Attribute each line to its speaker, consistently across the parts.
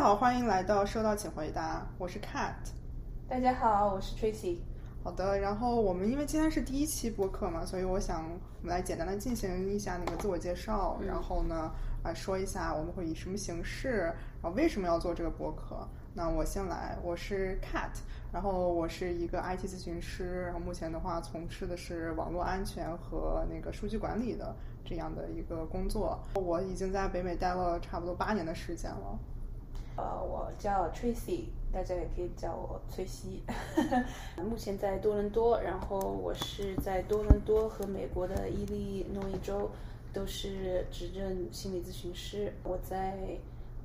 Speaker 1: 好，欢迎来到《收到请回答》，我是 Cat。
Speaker 2: 大家好，我是 Tracy。
Speaker 1: 好的，然后我们因为今天是第一期播客嘛，所以我想我们来简单的进行一下那个自我介绍，然后呢，啊，说一下我们会以什么形式，然后为什么要做这个播客。那我先来，我是 Cat，然后我是一个 IT 咨询师，然后目前的话从事的是网络安全和那个数据管理的这样的一个工作。我已经在北美待了差不多八年的时间了。
Speaker 2: 呃，我叫 Tracy，大家也可以叫我崔西。 目前在多伦多，然后我是在多伦多和美国的伊利诺伊州都是执政心理咨询师。我在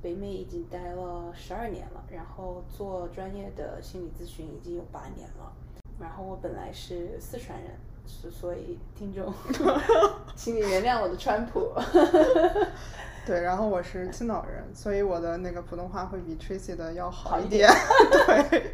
Speaker 2: 北美已经待了十二年了，然后做专业的心理咨询已经有八年了。然后我本来是四川人，是所以听众 请你原谅我的川普。
Speaker 1: 对，然后我是青岛人，所以我的那个普通话会比 Tracy 的要好
Speaker 2: 好
Speaker 1: 一
Speaker 2: 一
Speaker 1: 点。 对，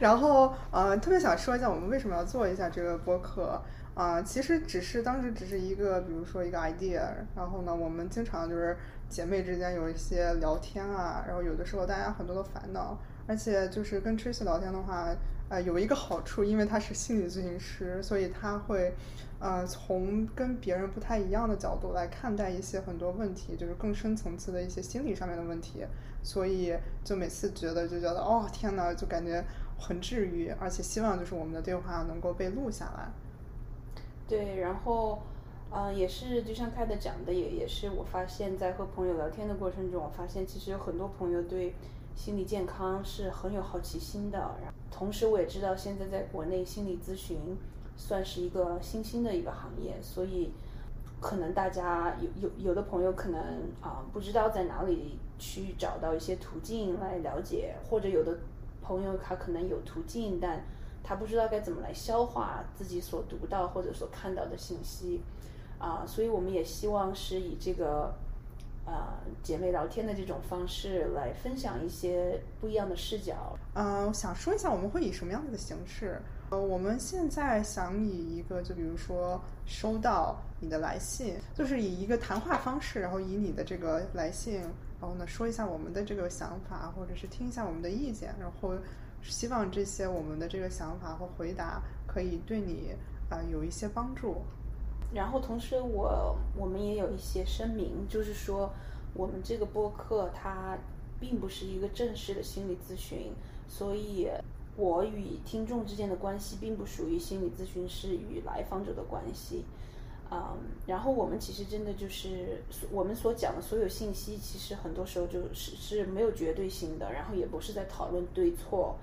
Speaker 1: 然后呃，特别想说一下我们为什么要做一下这个播客啊、呃其实只是当时只是一个，比如说一个 idea，然后呢，我们经常就是姐妹之间有一些聊天啊，然后有的时候大家很多的烦恼，而且就是跟 Tracy 聊天的话，呃，有一个好处，因为他是心理咨询师，所以他会，呃，从跟别人不太一样的角度来看待一些很多问题，就是更深层次的一些心理上面的问题，所以就每次觉得就觉得哦天呐，就感觉很治愈，而且希望就是我们的对话能够被录下来。
Speaker 2: 对，然后，呃，也是就像开的讲的，也也是我发现，在和朋友聊天的过程中，我发现其实有很多朋友对心理健康是很有好奇心的。然后同时，我也知道现在在国内心理咨询算是一个新兴的一个行业，所以可能大家有有有的朋友可能啊、不知道在哪里去找到一些途径来了解，或者有的朋友他可能有途径，但他不知道该怎么来消化自己所读到或者所看到的信息，啊、所以我们也希望是以这个啊、姐妹聊天的这种方式来分享一些不一样的视角，
Speaker 1: 呃，我想说一下我们会以什么样子的形式。呃，我们现在想以一个，就比如说收到你的来信，就是以一个谈话方式，然后以你的这个来信，然后呢说一下我们的这个想法，或者是听一下我们的意见，然后希望这些我们的这个想法和回答可以对你啊、呃有一些帮助。
Speaker 2: 然后同时我我们也有一些声明，就是说我们这个播客它并不是一个正式的心理咨询，所以我与听众之间的关系并不属于心理咨询师与来访者的关系。嗯，然后我们其实真的就是我们所讲的所有信息，其实很多时候就是是没有绝对性的，然后也不是在讨论对错，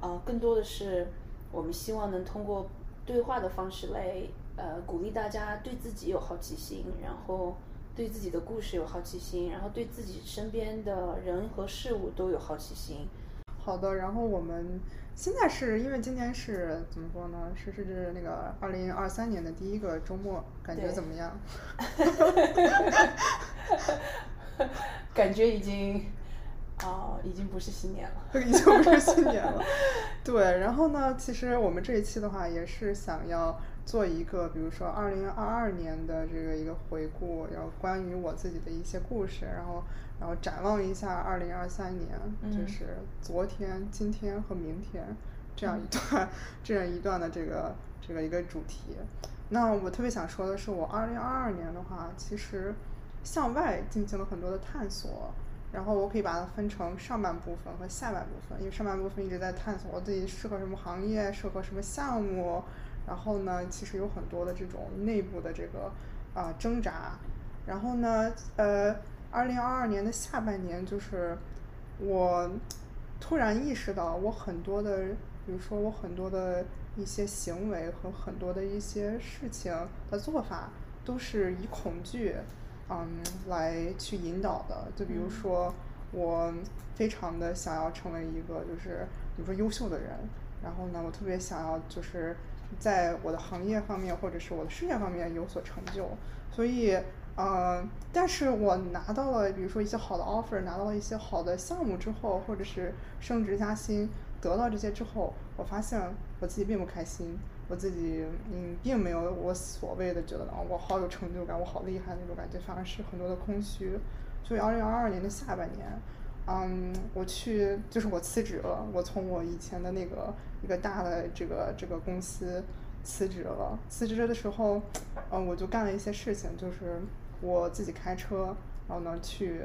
Speaker 2: 呃，更多的是我们希望能通过对话的方式来，呃，鼓励大家对自己有好奇心，然后对自己的故事有好奇心，然后对自己身边的人和事物都有好奇心。
Speaker 1: 好的，然后我们现在是因为今天是怎么说呢？是是是那个二零二三年的第一个周末，感觉
Speaker 2: 对
Speaker 1: 怎么样？
Speaker 2: 感觉已经啊、已经不是新年了。
Speaker 1: 已经不是新年了。对，然后呢，其实我们这一期的话，也是想要做一个，比如说二零二二年的这个一个回顾，然后关于我自己的一些故事，然后然后展望一下二零二三年，就
Speaker 2: 嗯
Speaker 1: 是昨天、今天和明天这样一段、 这样一段的这个这个一个主题。那我特别想说的是，我二零二二年的话，其实向外进行了很多的探索，然后我可以把它分成上半部分和下半部分，因为上半部分一直在探索我自己适合什么行业，适合什么项目，然后呢，其实有很多的这种内部的这个啊、呃挣扎，然后呢，呃，二零二二年的下半年就是我突然意识到，我很多的，比如说我很多的一些行为和很多的一些事情的做法，都是以恐惧，嗯，来去引导的。就比如
Speaker 2: 嗯
Speaker 1: 说，我非常的想要成为一个就是比如说优秀的人，然后呢，我特别想要就是在我的行业方面或者是我的事业方面有所成就，所以。嗯，但是我拿到了，比如说一些好的 offer，拿到了一些好的项目之后，或者是升职加薪，得到这些之后，我发现我自己并不开心，我自己嗯，并没有我所谓的觉得啊，我好有成就感，我好厉害那种感觉，反而是很多的空虚。所以，二零二二年的下半年，嗯，我去就是我辞职了，我从我以前的那个一个大的这个这个公司辞职了。辞职的时候，嗯，我就干了一些事情，就是我自己开车，然后呢去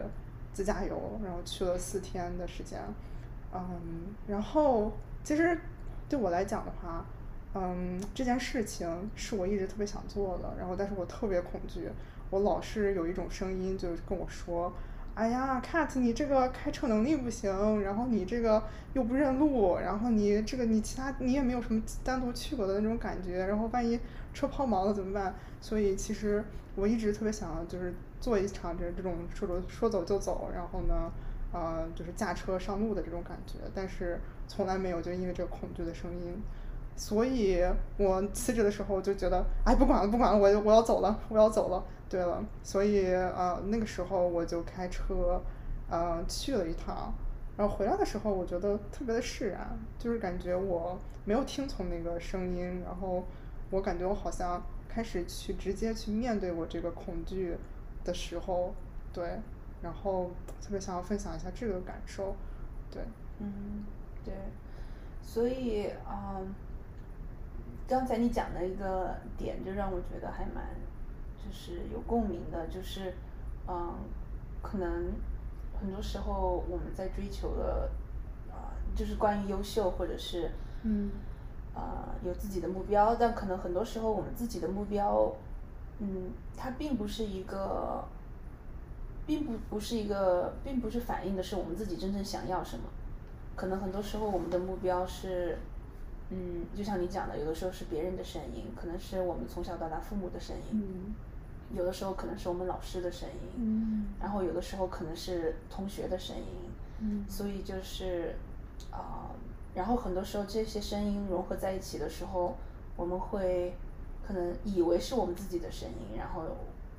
Speaker 1: 自驾游，然后去了四天的时间。嗯，然后其实对我来讲的话，嗯，这件事情是我一直特别想做的，然后但是我特别恐惧，我老是有一种声音就是跟我说，哎呀，Cat，你这个开车能力不行，然后你这个又不认路，然后你这个你其他你也没有什么单独去过的那种感觉，然后万一车抛锚了怎么办？所以其实我一直特别想就是做一场这这种说走说走就走，然后呢。呃，就是驾车上路的这种感觉，但是从来没有就因为这个恐惧的声音，所以我辞职的时候就觉得，哎，不管了，不管了，我我要走了，我要走了。对了，所以呃，那个时候我就开车，呃，去了一趟，然后回来的时候，我觉得特别的释然，就是感觉我没有听从那个声音，然后我感觉我好像开始去直接去面对我这个恐惧的时候，对。然后特别想要分享一下这个感受，对，
Speaker 2: 嗯，对，所以啊、嗯，刚才你讲的一个点就让我觉得还蛮，就是有共鸣的，就是嗯，可能很多时候我们在追求的啊、呃，就是关于优秀或者是
Speaker 1: 嗯
Speaker 2: 啊、呃、有自己的目标，但可能很多时候我们自己的目标，嗯，它并不是一个。并不不是一个，并不是反映的是我们自己真正想要什么。可能很多时候我们的目标是，嗯，就像你讲的，有的时候是别人的声音，可能是我们从小到大父母的声音，
Speaker 1: 嗯、
Speaker 2: 有的时候可能是我们老师的声音，
Speaker 1: 嗯、
Speaker 2: 然后有的时候可能是同学的声音。
Speaker 1: 嗯、
Speaker 2: 所以就是啊、呃，然后很多时候这些声音融合在一起的时候，我们会可能以为是我们自己的声音，然后。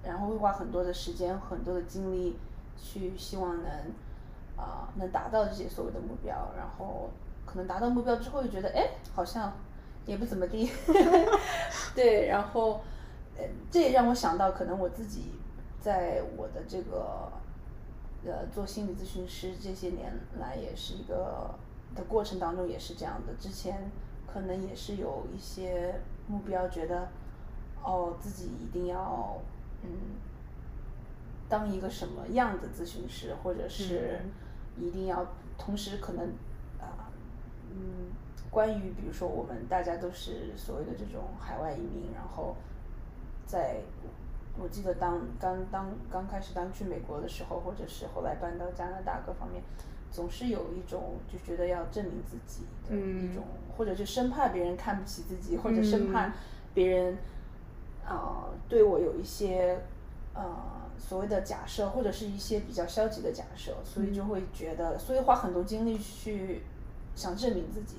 Speaker 2: 然后会花很多的时间、很多的精力，去希望能，啊、呃，能达到这些所谓的目标。然后可能达到目标之后，就觉得哎，好像也不怎么地。 对，然后，呃，这也让我想到，可能我自己在我的这个，呃，做心理咨询师这些年来，也是一个的过程当中也是这样的。之前可能也是有一些目标，觉得哦，自己一定要。嗯，当一个什么样的咨询师，或者是一定
Speaker 1: 嗯
Speaker 2: 要同时可能啊、呃，嗯，关于比如说我们大家都是所谓的这种海外移民，然后在我记得当刚当刚开始当去美国的时候，或者是后来搬到加拿大各方面，总是有一种就觉得要证明自己的一种，
Speaker 1: 嗯、
Speaker 2: 或者就生怕别人看不起自己，或者生
Speaker 1: 嗯
Speaker 2: 怕别人。啊、对我有一些呃所谓的假设，或者是一些比较消极的假设，所以就会觉得，所以花很多精力去想证明自己，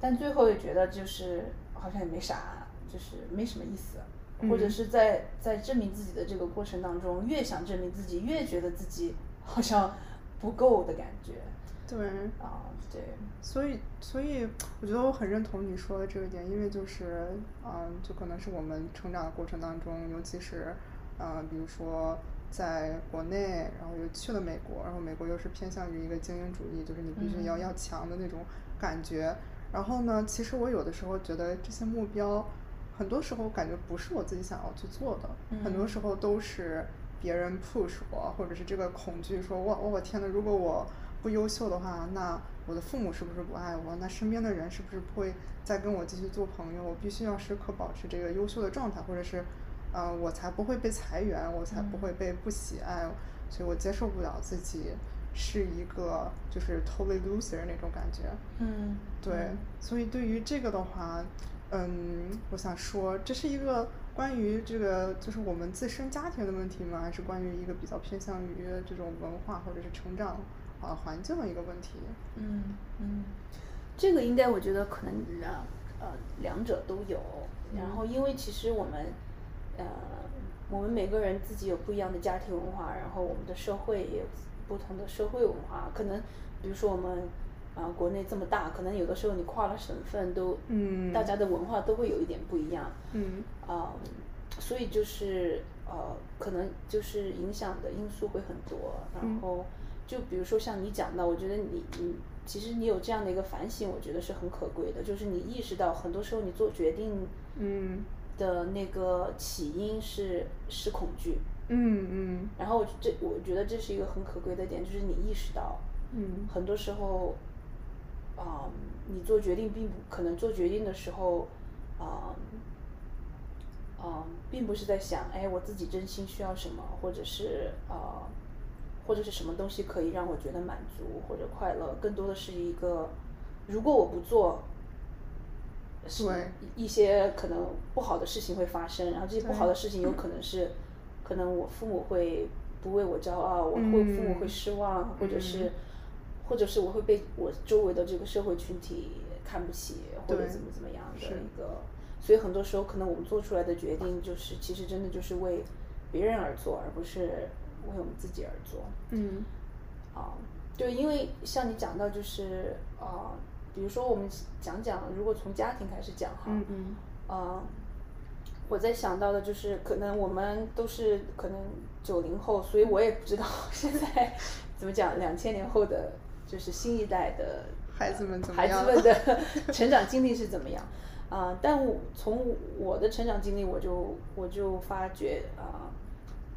Speaker 2: 但最后也觉得就是好像也没啥，就是没什么意思，或者
Speaker 1: 嗯
Speaker 2: 是在在证明自己的这个过程当中，越想证明自己，越觉得自己好像不够的感觉
Speaker 1: 对。
Speaker 2: 啊、对，
Speaker 1: 所以，所以我觉得我很认同你说的这一点，因为就是，嗯，就可能是我们成长的过程当中，尤其是，嗯，比如说在国内，然后又去了美国，然后美国又是偏向于一个精英主义，就是你必须要
Speaker 2: 嗯
Speaker 1: 要强的那种感觉。然后呢，其实我有的时候觉得这些目标，很多时候感觉不是我自己想要去做的，很多
Speaker 2: 嗯
Speaker 1: 时候都是别人 push 我，或者是这个恐惧说，我我我天呐，如果我不优秀的话，那我的父母是不是不爱我？那身边的人是不是不会再跟我继续做朋友？我必须要时刻保持这个优秀的状态，或者是，呃，我才不会被裁员，我才不
Speaker 2: 嗯
Speaker 1: 会被不喜爱，所以我接受不了自己是一个就是 totally loser 那种感觉。
Speaker 2: 嗯，
Speaker 1: 对
Speaker 2: 嗯，
Speaker 1: 所以对于这个的话，嗯，我想说，这是一个关于这个就是我们自身家庭的问题吗？还是关于一个比较偏向于这种文化或者是成长啊环境的一个问题？
Speaker 2: 嗯，嗯，这个应该我觉得可能两呃两者都有。然后因为其实我们呃我们每个人自己有不一样的家庭文化，然后我们的社会也有不同的社会文化。可能比如说我们啊、呃国内这么大，可能有的时候你跨了省份都，
Speaker 1: 嗯
Speaker 2: 大家的文化都会有一点不一样。
Speaker 1: 嗯
Speaker 2: 啊、所以就是呃，可能就是影响的因素会很多，
Speaker 1: 嗯
Speaker 2: 然后就比如说像你讲的，我觉得你你其实你有这样的一个反省，我觉得是很可贵的。就是你意识到，很多时候你做决定，
Speaker 1: 嗯，
Speaker 2: 的那个起因是是恐惧，
Speaker 1: 嗯嗯
Speaker 2: 然后这我觉得这是一个很可贵的点，就是你意识到，
Speaker 1: 嗯
Speaker 2: 很多时候，啊、你做决定并不可能做决定的时候，啊、嗯，并不是在想，哎，我自己真心需要什么，或者是啊、或者是什么东西可以让我觉得满足或者快乐，更多的是一个，如果我不做。是
Speaker 1: 对
Speaker 2: 一一些可能不好的事情会发生，然后这些不好
Speaker 1: 对
Speaker 2: 的事情有可能是，可能我父母会不为我骄傲，我会
Speaker 1: 嗯
Speaker 2: 父母会失望，或者是
Speaker 1: 嗯，
Speaker 2: 或者是我会被我周围的这个社会群体看不起，或者
Speaker 1: 对
Speaker 2: 怎么怎么样的
Speaker 1: 是
Speaker 2: 一个。所以很多时候，可能我们做出来的决定，就是其实真的就是为别人而做，而不是为我们自己而做。
Speaker 1: 嗯
Speaker 2: 啊，对，因为像你讲到就是啊、比如说我们讲讲，如果从家庭开始讲哈，
Speaker 1: 嗯嗯
Speaker 2: 呃，我在想到的就是，可能我们都是可能九零后，所以我也不知道 现在怎么讲，两千年后的就是新一代的
Speaker 1: 孩子们怎么
Speaker 2: 孩子
Speaker 1: 样
Speaker 2: 们的成长经历是怎么样啊、但我从我的成长经历，我就我就发觉啊。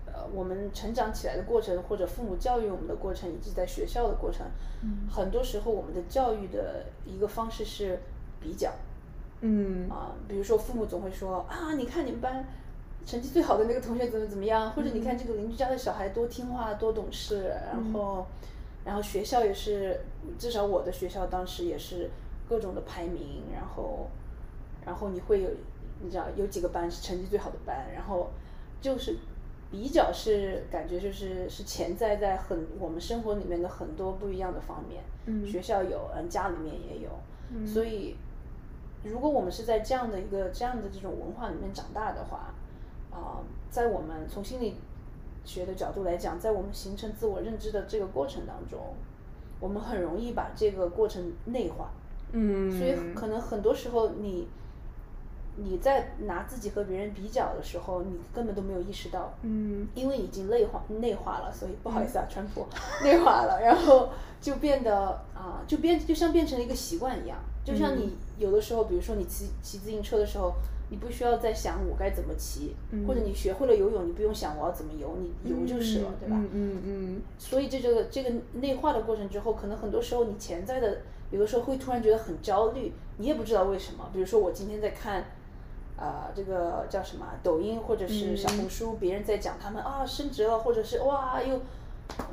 Speaker 2: 呃，我们成长起来的过程，或者父母教育我们的过程，以及在学校的过程，
Speaker 1: 嗯
Speaker 2: 很多时候我们的教育的一个方式是比较，
Speaker 1: 嗯
Speaker 2: 啊，比如说父母总会说啊，你看你们班成绩最好的那个同学怎么怎么样，或者你看这个邻居家的小孩多听话、多懂事，然
Speaker 1: 嗯
Speaker 2: 后，然后学校也是，至少我的学校当时也是各种的排名，然后，然后你会有，你知道有几个班是成绩最好的班，然后就是。比较是感觉就是是潜在在很我们生活里面的很多不一样的方面，
Speaker 1: 嗯
Speaker 2: 学校有，嗯，家里面也有，
Speaker 1: 嗯
Speaker 2: 所以，如果我们是在这样的一个这样的这种文化里面长大的话，啊、在我们从心理学的角度来讲，在我们形成自我认知的这个过程当中，我们很容易把这个过程内化，
Speaker 1: 嗯，
Speaker 2: 所以可能很多时候你。你在拿自己和别人比较的时候，你根本都没有意识到，
Speaker 1: 嗯
Speaker 2: 因为已经内化内化了，所以不好意思啊，川普内化了，然后就变得啊、就变就像变成了一个习惯一样，就
Speaker 1: 嗯
Speaker 2: 像你有的时候，比如说你骑骑自行车的时候，你不需要再想我该怎么骑，
Speaker 1: 嗯
Speaker 2: 或者你学会了游泳，你不用想我要怎么游，你游就是了，
Speaker 1: 嗯
Speaker 2: 对吧？
Speaker 1: 嗯嗯嗯
Speaker 2: 所以这这个这个内化的过程之后，可能很多时候你潜在的有的时候会突然觉得很焦虑，你也不知道为什么。比如说我今天在看，啊、这个叫什么啊抖音或者
Speaker 1: 嗯
Speaker 2: 是小红书，别人在讲他们啊升职了，或者是哇又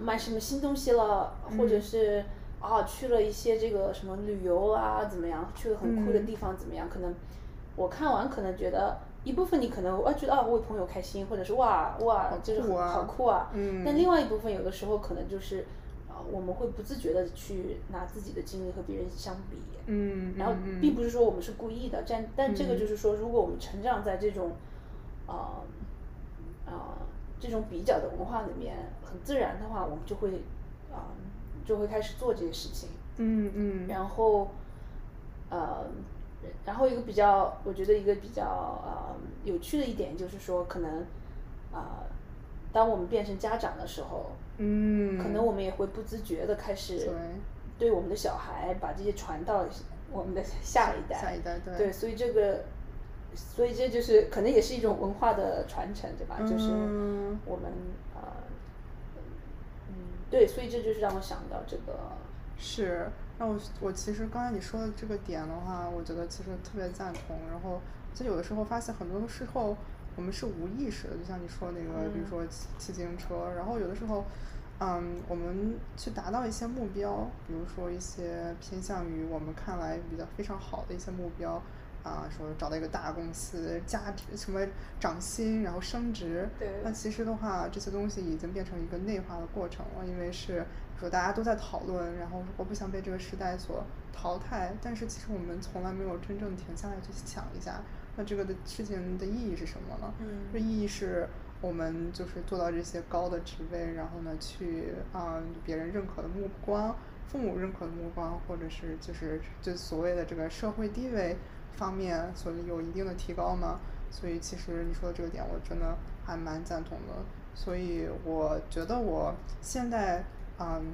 Speaker 2: 买什么新东西了，或者
Speaker 1: 嗯
Speaker 2: 是啊去了一些这个什么旅游啊怎么样，去了很酷的
Speaker 1: 嗯
Speaker 2: 地方怎么样，可能我看完可能觉得。一部分你可能啊觉得啊为朋友开心，或者是哇哇就是很
Speaker 1: 酷啊
Speaker 2: 好酷啊，
Speaker 1: 嗯
Speaker 2: 但另外一部分有的时候可能就是，呃，我们会不自觉的去拿自己的经历和别人相比，
Speaker 1: 嗯，
Speaker 2: 然后
Speaker 1: 嗯
Speaker 2: 并不是说我们是故意的，但但这个
Speaker 1: 嗯
Speaker 2: 就是说，如果我们成长在这种，呃，呃，这种比较的文化里面，很自然的话，我们就会，啊、就会开始做这些事情。
Speaker 1: 嗯嗯，
Speaker 2: 然后，呃，然后一个比较，我觉得一个比较呃有趣的一点就是说，可能啊、当我们变成家长的时候，
Speaker 1: 嗯，
Speaker 2: 可能我们也会不自觉的开始
Speaker 1: 对
Speaker 2: 对我们的小孩把这些传到我们的下一代，
Speaker 1: 下一代对
Speaker 2: 所以这个，所以这就是可能也是一种文化的传承，对吧？就是
Speaker 1: 嗯
Speaker 2: 我们呃，嗯，对，所以这就是让我想到这个，
Speaker 1: 是，那我我其实刚才你说的这个点的话，我觉得其实特别赞同。然后就有的时候发现很多的时候我们是无意识的，就像你说那个，比
Speaker 2: 嗯
Speaker 1: 如说骑骑自行车，然后有的时候，嗯，我们去达到一些目标，比如说一些偏向于我们看来比较非常好的一些目标。啊，说找到一个大公司，加职什么涨薪，然后升职。
Speaker 2: 对
Speaker 1: 那其实的话，这些东西已经变成一个内化的过程了，因为是说大家都在讨论，然后我不想被这个时代所淘汰，但是其实我们从来没有真正停下来去想一下，那这个的事情的意义是什么呢？
Speaker 2: 嗯
Speaker 1: 这意义是我们就是做到这些高的职位，然后呢去啊、别人认可的目光，父母认可的目光，或者是就是就所谓的这个社会地位方面所有一定的提高呢？所以其实你说的这个点，我真的还蛮赞同的。所以我觉得我现在嗯，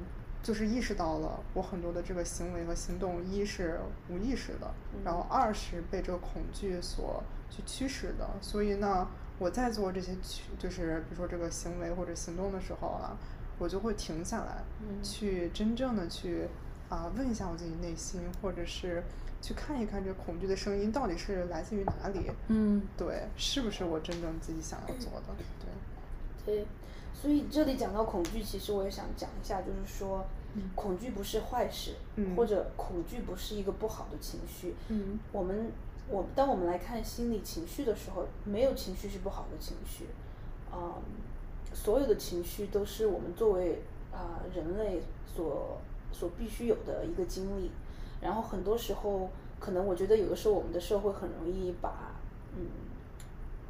Speaker 1: 就是意识到了我很多的这个行为和行动，一是无意识的，
Speaker 2: 嗯
Speaker 1: 然后二是被这个恐惧所去驱使的。所以呢，我在做这些驱，就是比如说这个行为或者行动的时候啊，我就会停下来，
Speaker 2: 嗯
Speaker 1: 去真正的去啊、问一下我自己内心，或者是去看一看这恐惧的声音到底是来自于哪里。
Speaker 2: 嗯
Speaker 1: 对，是不是我真正自己想要做的？对，
Speaker 2: 对，所以这里讲到恐惧，其实我也想讲一下，就是说，
Speaker 1: 嗯
Speaker 2: 恐惧不是坏事，
Speaker 1: 嗯
Speaker 2: 或者恐惧不是一个不好的情绪。
Speaker 1: 嗯
Speaker 2: 我们我当我们来看心理情绪的时候，没有情绪是不好的情绪，嗯，所有的情绪都是我们作为啊、人类所所必须有的一个经历。然后很多时候，可能我觉得有的时候我们的社会很容易把嗯。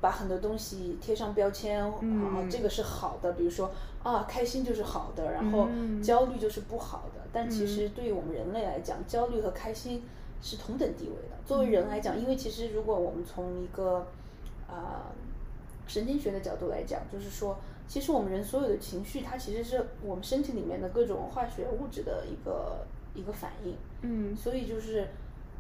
Speaker 2: 把很多东西贴上标签，啊、
Speaker 1: 嗯
Speaker 2: 这个是好的，比如说啊，开心就是好的，然后
Speaker 1: 嗯
Speaker 2: 焦虑就是不好的。但其
Speaker 1: 嗯
Speaker 2: 实对于我们人类来讲，焦虑和开心是同等地位的。作为人来
Speaker 1: 嗯
Speaker 2: 讲，因为其实如果我们从一个啊、神经学的角度来讲，就是说，其实我们人所有的情绪，它其实是我们身体里面的各种化学物质的一个一个反应。
Speaker 1: 嗯
Speaker 2: 所以就是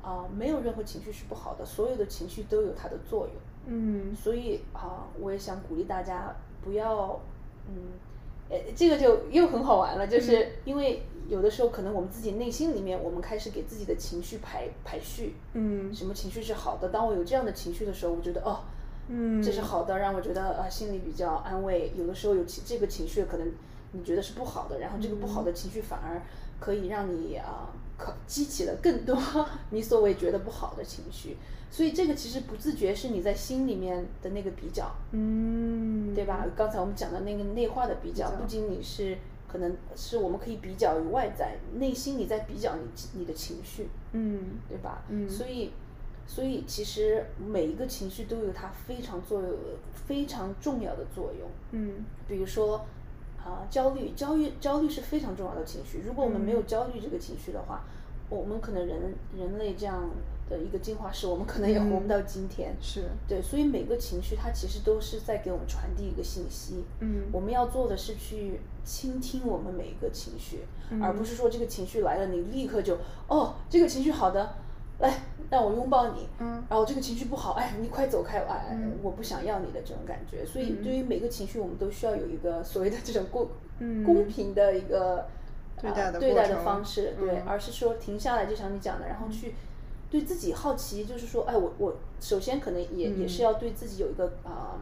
Speaker 2: 啊、没有任何情绪是不好的，所有的情绪都有它的作用。
Speaker 1: 嗯
Speaker 2: 所以啊、我也想鼓励大家不要，嗯，呃，这个就又很好玩了，就是因为有的时候可能我们自己内心里面，我们开始给自己的情绪排排序，
Speaker 1: 嗯
Speaker 2: 什么情绪是好的。当我有这样的情绪的时候，我觉得哦，
Speaker 1: 嗯，
Speaker 2: 这是好的，让我觉得呃心里比较安慰。有的时候有情这个情绪可能你觉得是不好的，然后这个不好的情绪反而可以让你啊、可激起了更多你所谓觉得不好的情绪。所以这个其实不自觉是你在心里面的那个比较，
Speaker 1: 嗯，
Speaker 2: 对吧？？刚才我们讲的那个内化的比较，
Speaker 1: 比较
Speaker 2: 不仅你是可能是我们可以比较于外在，内心你在比较你你的情绪，
Speaker 1: 嗯
Speaker 2: 对吧？
Speaker 1: 嗯
Speaker 2: 所以，所以其实每一个情绪都有它非常作用、非常重要的作用。
Speaker 1: 嗯
Speaker 2: 比如说，啊、焦虑，焦虑，焦虑是非常重要的情绪。如果我们没有
Speaker 1: 嗯
Speaker 2: 焦虑这个情绪的话，我们可能人人类这样的一个进化史，我们可能也活不
Speaker 1: 嗯
Speaker 2: 到今天。
Speaker 1: 是，
Speaker 2: 对，所以每个情绪它其实都是在给我们传递一个信息。
Speaker 1: 嗯
Speaker 2: 我们要做的是去倾听我们每一个情绪，而不
Speaker 1: 嗯
Speaker 2: 是说这个情绪来了，你立刻就哦，这个情绪好的，来让我拥抱你，
Speaker 1: 嗯
Speaker 2: 然后这个情绪不好，哎，你快走开，哎，哎
Speaker 1: 嗯
Speaker 2: 我不想要你的这种感觉。所以
Speaker 1: 嗯
Speaker 2: 对于每个情绪，我们都需要有一个所谓的这种公、
Speaker 1: 嗯
Speaker 2: 公平的一个
Speaker 1: 对
Speaker 2: 呃
Speaker 1: 待的
Speaker 2: 对
Speaker 1: 过
Speaker 2: 待的
Speaker 1: 程
Speaker 2: 方式，对，
Speaker 1: 嗯
Speaker 2: 而是说停下来，就像你讲的，然后去。对自己好奇，就是说，哎，我我首先可能也、也是
Speaker 1: 嗯
Speaker 2: 要对自己有一个啊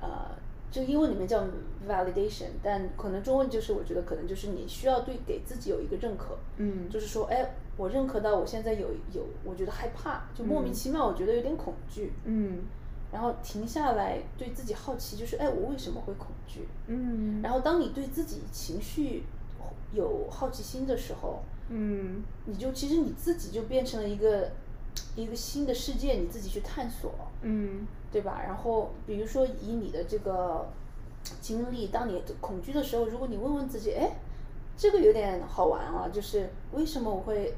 Speaker 2: 呃这个英文里面叫 validation，但可能中文就是我觉得可能就是你需要对给自己有一个认可，
Speaker 1: 嗯
Speaker 2: 就是说，哎，我认可到我现在有有，我觉得害怕，就莫
Speaker 1: 嗯
Speaker 2: 名其妙，我觉得有点恐惧，
Speaker 1: 嗯
Speaker 2: 然后停下来对自己好奇，就是哎，我为什么会恐惧？
Speaker 1: 嗯，
Speaker 2: 然后当你对自己情绪有好奇心的时候，
Speaker 1: 嗯
Speaker 2: 你就其实你自己就变成了一个一个新的世界，你自己去探索。
Speaker 1: 嗯
Speaker 2: 对吧？然后比如说以你的这个经历，当你恐惧的时候，如果你问问自己，哎，这个有点好玩啊，就是为什么我会，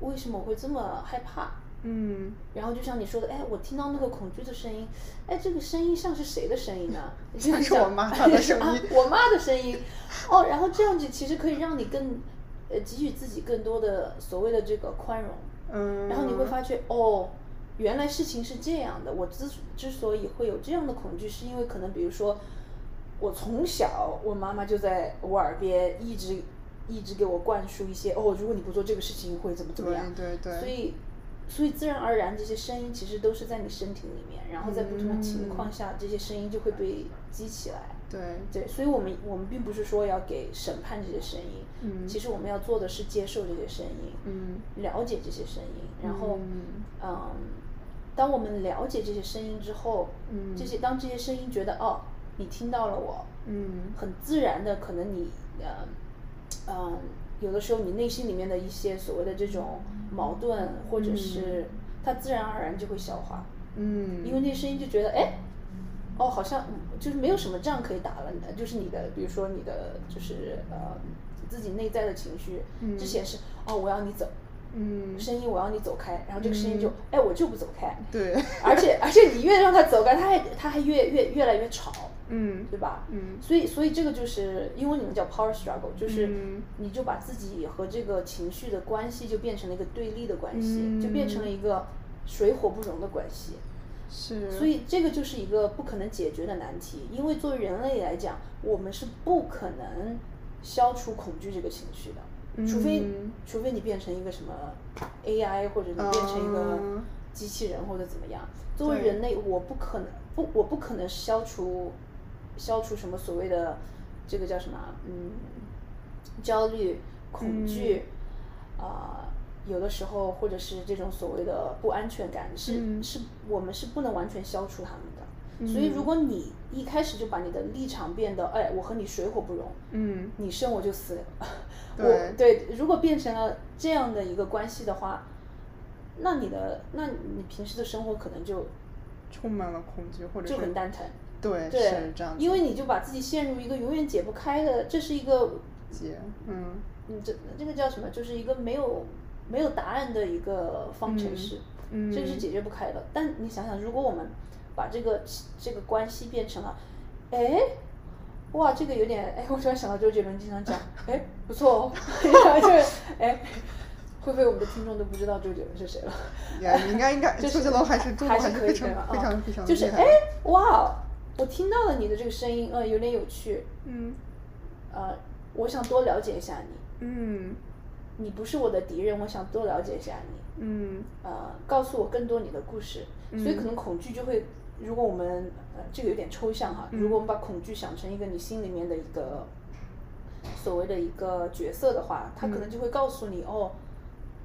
Speaker 2: 为什么我会这么害怕？
Speaker 1: 嗯
Speaker 2: 然后就像你说的，哎，我听到那个恐惧的声音，哎，这个声音像是谁的声音呢？就
Speaker 1: 像是
Speaker 2: 讲
Speaker 1: 我妈的声
Speaker 2: 啊
Speaker 1: 音
Speaker 2: 我妈的声音。哦，然后这样子其实可以让你更，呃，给予自己更多的所谓的这个宽容。
Speaker 1: 嗯，
Speaker 2: 然后你会发觉，哦，原来事情是这样的。我之之所以会有这样的恐惧，是因为可能比如说，我从小我妈妈就在我耳边一直一直给我灌输一些，哦，如果你不做这个事情会怎么怎么样。
Speaker 1: 对对对
Speaker 2: 所以，所以自然而然这些声音其实都是在你身体里面，然后在不同的情况
Speaker 1: 嗯
Speaker 2: 下，这些声音就会被激起来。
Speaker 1: 对
Speaker 2: 对，所以我们我们并不是说要给审判这些声音，
Speaker 1: 嗯
Speaker 2: 其实我们要做的是接受这些声音，
Speaker 1: 嗯
Speaker 2: 了解这些声音，然后
Speaker 1: 嗯
Speaker 2: 嗯当我们了解这些声音之后，
Speaker 1: 嗯
Speaker 2: 这些当这些声音觉得哦，你听到了我，
Speaker 1: 嗯
Speaker 2: 很自然的，可能你呃嗯，有的时候你内心里面的一些所谓的这种
Speaker 1: 嗯
Speaker 2: 矛盾，或者是它自然而然就会消化，
Speaker 1: 嗯，
Speaker 2: 因为那声音就觉得哎。哦，好像嗯就是没有什么仗可以打了，就是你的，比如说你的，就是呃，自己内在的情绪，
Speaker 1: 嗯
Speaker 2: 之前是哦，我要你走，
Speaker 1: 嗯
Speaker 2: 声音我要你走开，然后这个声音就、
Speaker 1: 嗯
Speaker 2: 哎我就不走开，
Speaker 1: 对，
Speaker 2: 而且而且你越让他走开，他还他还越越越来越吵，
Speaker 1: 嗯
Speaker 2: 对吧？
Speaker 1: 嗯
Speaker 2: 所以，所以这个就是英文里面叫 power struggle，就是
Speaker 1: 嗯
Speaker 2: 你就把自己和这个情绪的关系就变成了一个对立的关系，就变成了一个水火不容的关系。
Speaker 1: 是，
Speaker 2: 所以，这个就是一个不可能解决的难题，因为作为人类来讲，我们是不可能消除恐惧这个情绪的。除非、
Speaker 1: 嗯
Speaker 2: 除非你变成一个什么 AI，或者你变成一个
Speaker 1: 嗯
Speaker 2: 机器人或者怎么样。作为
Speaker 1: 对
Speaker 2: 人类，我不可能不，我不可能消除消除什么所谓的这个叫什么啊嗯焦虑、恐惧
Speaker 1: 嗯
Speaker 2: 啊、有的时候或者是这种所谓的不安全感，是、
Speaker 1: 嗯
Speaker 2: 是我们是不能完全消除它们的。所以，如果你一开始就把你的立场变得，哎，我和你水火不容，
Speaker 1: 嗯
Speaker 2: 你生我就死，
Speaker 1: 对
Speaker 2: 我对，如果变成了这样的一个关系的话，那你的那你平时的生活可能就
Speaker 1: 充满了恐惧或者
Speaker 2: 就是很蛋疼，
Speaker 1: 对
Speaker 2: 对
Speaker 1: 是这样，子，
Speaker 2: 因为你就把自己陷入一个永远解不开的，这是一个，
Speaker 1: 解嗯
Speaker 2: 嗯，这这个叫什么？就是一个没有没有答案的一个方程式，
Speaker 1: 嗯
Speaker 2: 这个是解决不开的。但你想想，如果我们把这个这个关系变成了，哎，哇，这个有点，哎，我突然想到周杰伦经常讲，哎，不错哦， 就是哎，会不会我们的听众都不知道周杰伦是谁了？
Speaker 1: 也应该应该
Speaker 2: 就是
Speaker 1: 周杰伦还是周
Speaker 2: 还
Speaker 1: 杰伦还
Speaker 2: 是
Speaker 1: 是
Speaker 2: 可以
Speaker 1: 非常
Speaker 2: 的啊
Speaker 1: 非常非常
Speaker 2: 就是
Speaker 1: 厉害
Speaker 2: 哎，哇，我听到了你的这个声音，呃，有点有趣，
Speaker 1: 嗯
Speaker 2: 呃，我想多了解一下你，
Speaker 1: 嗯
Speaker 2: 你不是我的敌人，我想多了解一下你。
Speaker 1: 嗯
Speaker 2: 呃，告诉我更多你的故事。所以可
Speaker 1: 嗯
Speaker 2: 能恐惧就会，如果我们呃这个有点抽象哈，如果我们把恐惧想成一个你心里面的一个所谓的一个角色的话，他可能就会告诉你、哦，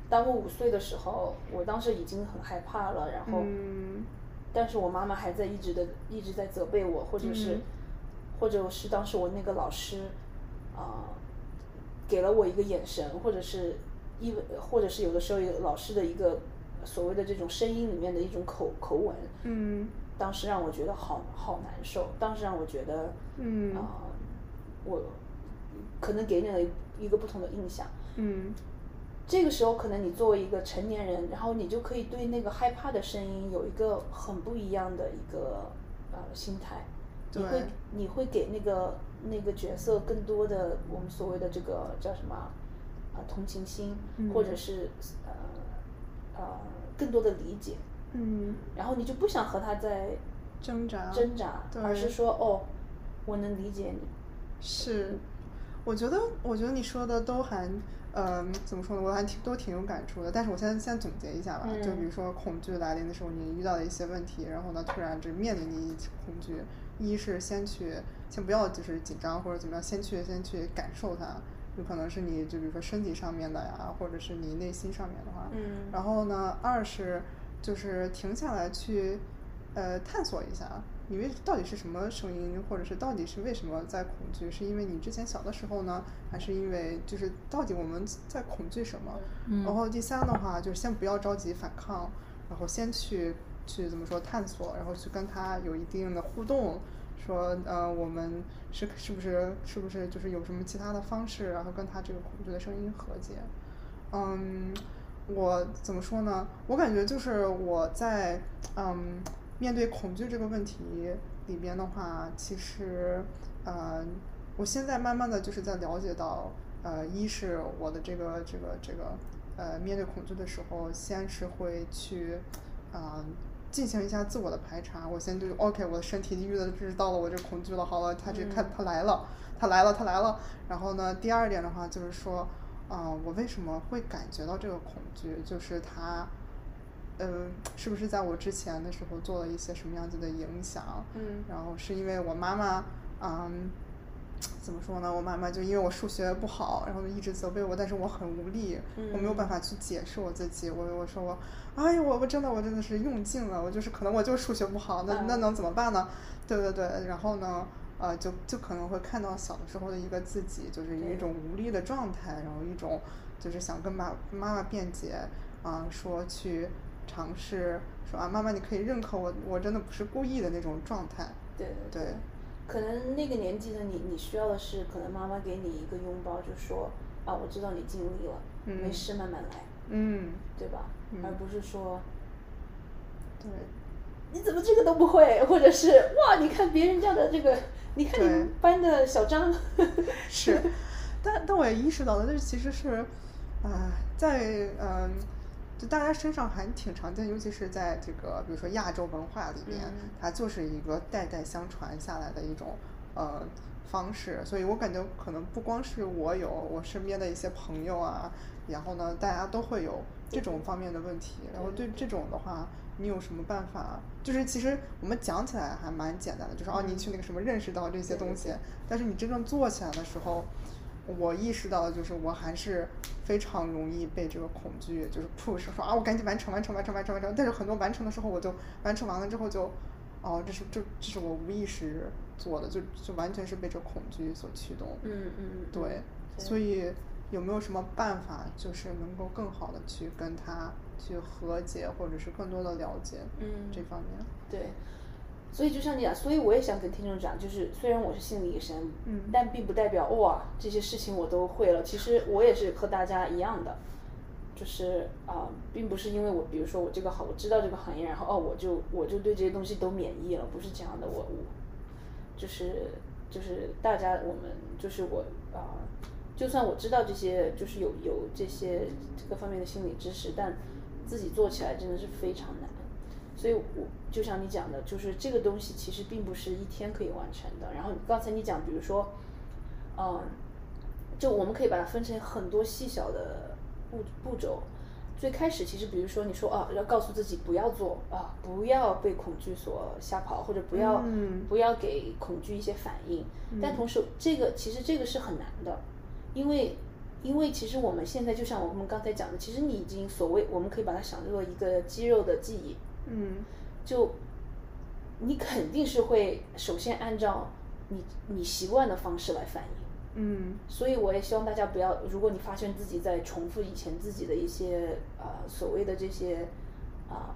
Speaker 2: 当我五岁的时候，我当时已经很害怕了，然后，
Speaker 1: 嗯
Speaker 2: 但是我妈妈还在一直的一直在责备我，或者是，
Speaker 1: 嗯
Speaker 2: 或者是当时我那个老师，啊、给了我一个眼神，或者是一或者是有的时候有老师的一个所谓的这种声音里面的一种口口吻，
Speaker 1: 嗯
Speaker 2: 当时让我觉得好好难受，当时让我觉得，
Speaker 1: 嗯
Speaker 2: 啊、我可能给你了一个不同的印象。
Speaker 1: 嗯
Speaker 2: 这个时候，可能你作为一个成年人，然后你就可以对那个害怕的声音有一个很不一样的一个呃心态，你会
Speaker 1: 对
Speaker 2: 你会给那个那个角色更多的我们所谓的这个叫什么啊、呃同情心，或者
Speaker 1: 嗯
Speaker 2: 是呃呃更多的理解，
Speaker 1: 嗯
Speaker 2: 然后你就不想和他在
Speaker 1: 挣扎
Speaker 2: 挣扎，而
Speaker 1: 对
Speaker 2: 是说哦，我能理解你，
Speaker 1: 是，我觉得，我觉得你说的都还，呃，怎么说呢？我还挺都挺有感触的。但是我现在先总结一下吧，就比
Speaker 2: 嗯
Speaker 1: 如说恐惧来临的时候，你遇到的一些问题，然后呢，突然就面临你恐惧，一是先去，先不要就是紧张或者怎么样，先去先去感受它，有可能是你就比如说身体上面的呀，或者是你内心上面的话，
Speaker 2: 嗯
Speaker 1: 然后呢，二是就是停下来去，呃，探索一下，你为到底是什么声音，或者是到底是为什么在恐惧？是因为你之前小的时候呢，还是因为就是到底我们在恐惧什么？
Speaker 3: 嗯
Speaker 1: 然后第三的话，就是先不要着急反抗，然后先去去怎么说探索，然后去跟他有一定的互动。说，呃，我们是是不是是不是就是有什么其他的方式，然后跟他这个恐惧的声音和解？嗯，我怎么说呢？我感觉就是我在嗯面对恐惧这个问题里边的话，其实呃，我现在慢慢的就是在了解到，呃，一是我的这个这个这个呃面对恐惧的时候，先是会去啊、进行一下自我的排查，我先就 OK，我的身体遇到知道了我这恐惧了，好了，他这他
Speaker 2: 嗯
Speaker 1: 他来了，他来了，他来了。然后呢，第二点的话就是说，啊、我为什么会感觉到这个恐惧？就是他，呃，是不是在我之前的时候做了一些什么样子的影响？
Speaker 2: 嗯
Speaker 1: 然后是因为我妈妈，嗯，怎么说呢？我妈妈就因为我数学不好，然后一直责备我，但是我很无力，我没有办
Speaker 2: 嗯
Speaker 1: 法去解释我自己。我我说我，哎呀，我我真的我真的是用尽了，我就是可能我就是数学不好，那那
Speaker 2: 嗯
Speaker 1: 能怎么办呢？对对对，然后呢？呃，就就可能会看到小的时候的一个自己，就是一
Speaker 2: 对
Speaker 1: 种无力的状态，然后一种就是想跟妈妈妈辩解，啊、说去尝试，说啊，妈妈你可以认可我，我真的不是故意的那种状态。
Speaker 2: 对对
Speaker 1: 对，
Speaker 2: 可能那个年纪的你，你需要的是可能妈妈给你一个拥抱，就说啊，我知道你尽力了，没
Speaker 1: 嗯
Speaker 2: 事，慢慢来，
Speaker 1: 嗯，
Speaker 2: 对吧？
Speaker 1: 嗯
Speaker 2: 而不是说
Speaker 1: 对，
Speaker 2: 你怎么这个都不会？或者是哇，你看别人家的这个，你看你
Speaker 1: 对
Speaker 2: 们班的小张，
Speaker 1: 是，但但我也意识到了，这其实是，啊、在嗯、就大家身上还挺常见，尤其是在这个比如说亚洲文化里面，
Speaker 2: 嗯
Speaker 1: 它就是一个代代相传下来的一种呃方式，所以我感觉可能不光是我有，我身边的一些朋友啊，然后呢，大家都会有这种方面的问题，然后
Speaker 2: 嗯
Speaker 1: 对这种的话。你有什么办法？就是其实我们讲起来还蛮简单的，就是哦，你
Speaker 2: 嗯
Speaker 1: 去那个什么认识到这些
Speaker 2: 对
Speaker 1: 东
Speaker 2: 对
Speaker 1: 西
Speaker 2: 对，
Speaker 1: 但是你真正做起来的时候，我意识到的就是我还是非常容易被这个恐惧就是 push 说啊，我赶紧完成完成完成完成完成，但是很多完成的时候我就完成完了之后就，哦，这是这这是我无意识做的，就就完全是被这恐惧所驱动。
Speaker 2: 嗯嗯，
Speaker 1: 对，所以有没有什么办法，就是能够更好的去跟他去和解，或者是更多的了解
Speaker 2: 嗯
Speaker 1: 这方面？
Speaker 2: 对，所以就像你讲，所以我也想跟听众讲，就是虽然我是心理医生，
Speaker 1: 嗯
Speaker 2: 但并不代表哇这些事情我都会了。其实我也是和大家一样的，就是啊、并不是因为我比如说我这个好，我知道这个行业，然后哦我就我就对这些东西都免疫了，不是这样的。我我就是就是大家我们就是我啊、就算我知道这些就是有有这些各方面的心理知识，但自己做起来真的是非常难。所以我就像你讲的，就是这个东西其实并不是一天可以完成的。然后刚才你讲，比如说，嗯，就我们可以把它分成很多细小的步步骤。最开始其实，比如说你说啊，要告诉自己不要做啊，不要被恐惧所吓跑，或者不要、
Speaker 1: 嗯
Speaker 2: 不要给恐惧一些反应。但同时，这个其实这个是很难的，因为因为其实我们现在就像我们刚才讲的，其实你已经所谓我们可以把它想作一个肌肉的记忆，
Speaker 1: 嗯
Speaker 2: 就你肯定是会首先按照你你习惯的方式来反应。
Speaker 1: 嗯
Speaker 2: 所以我也希望大家不要，如果你发现自己在重复以前自己的一些呃所谓的这些啊、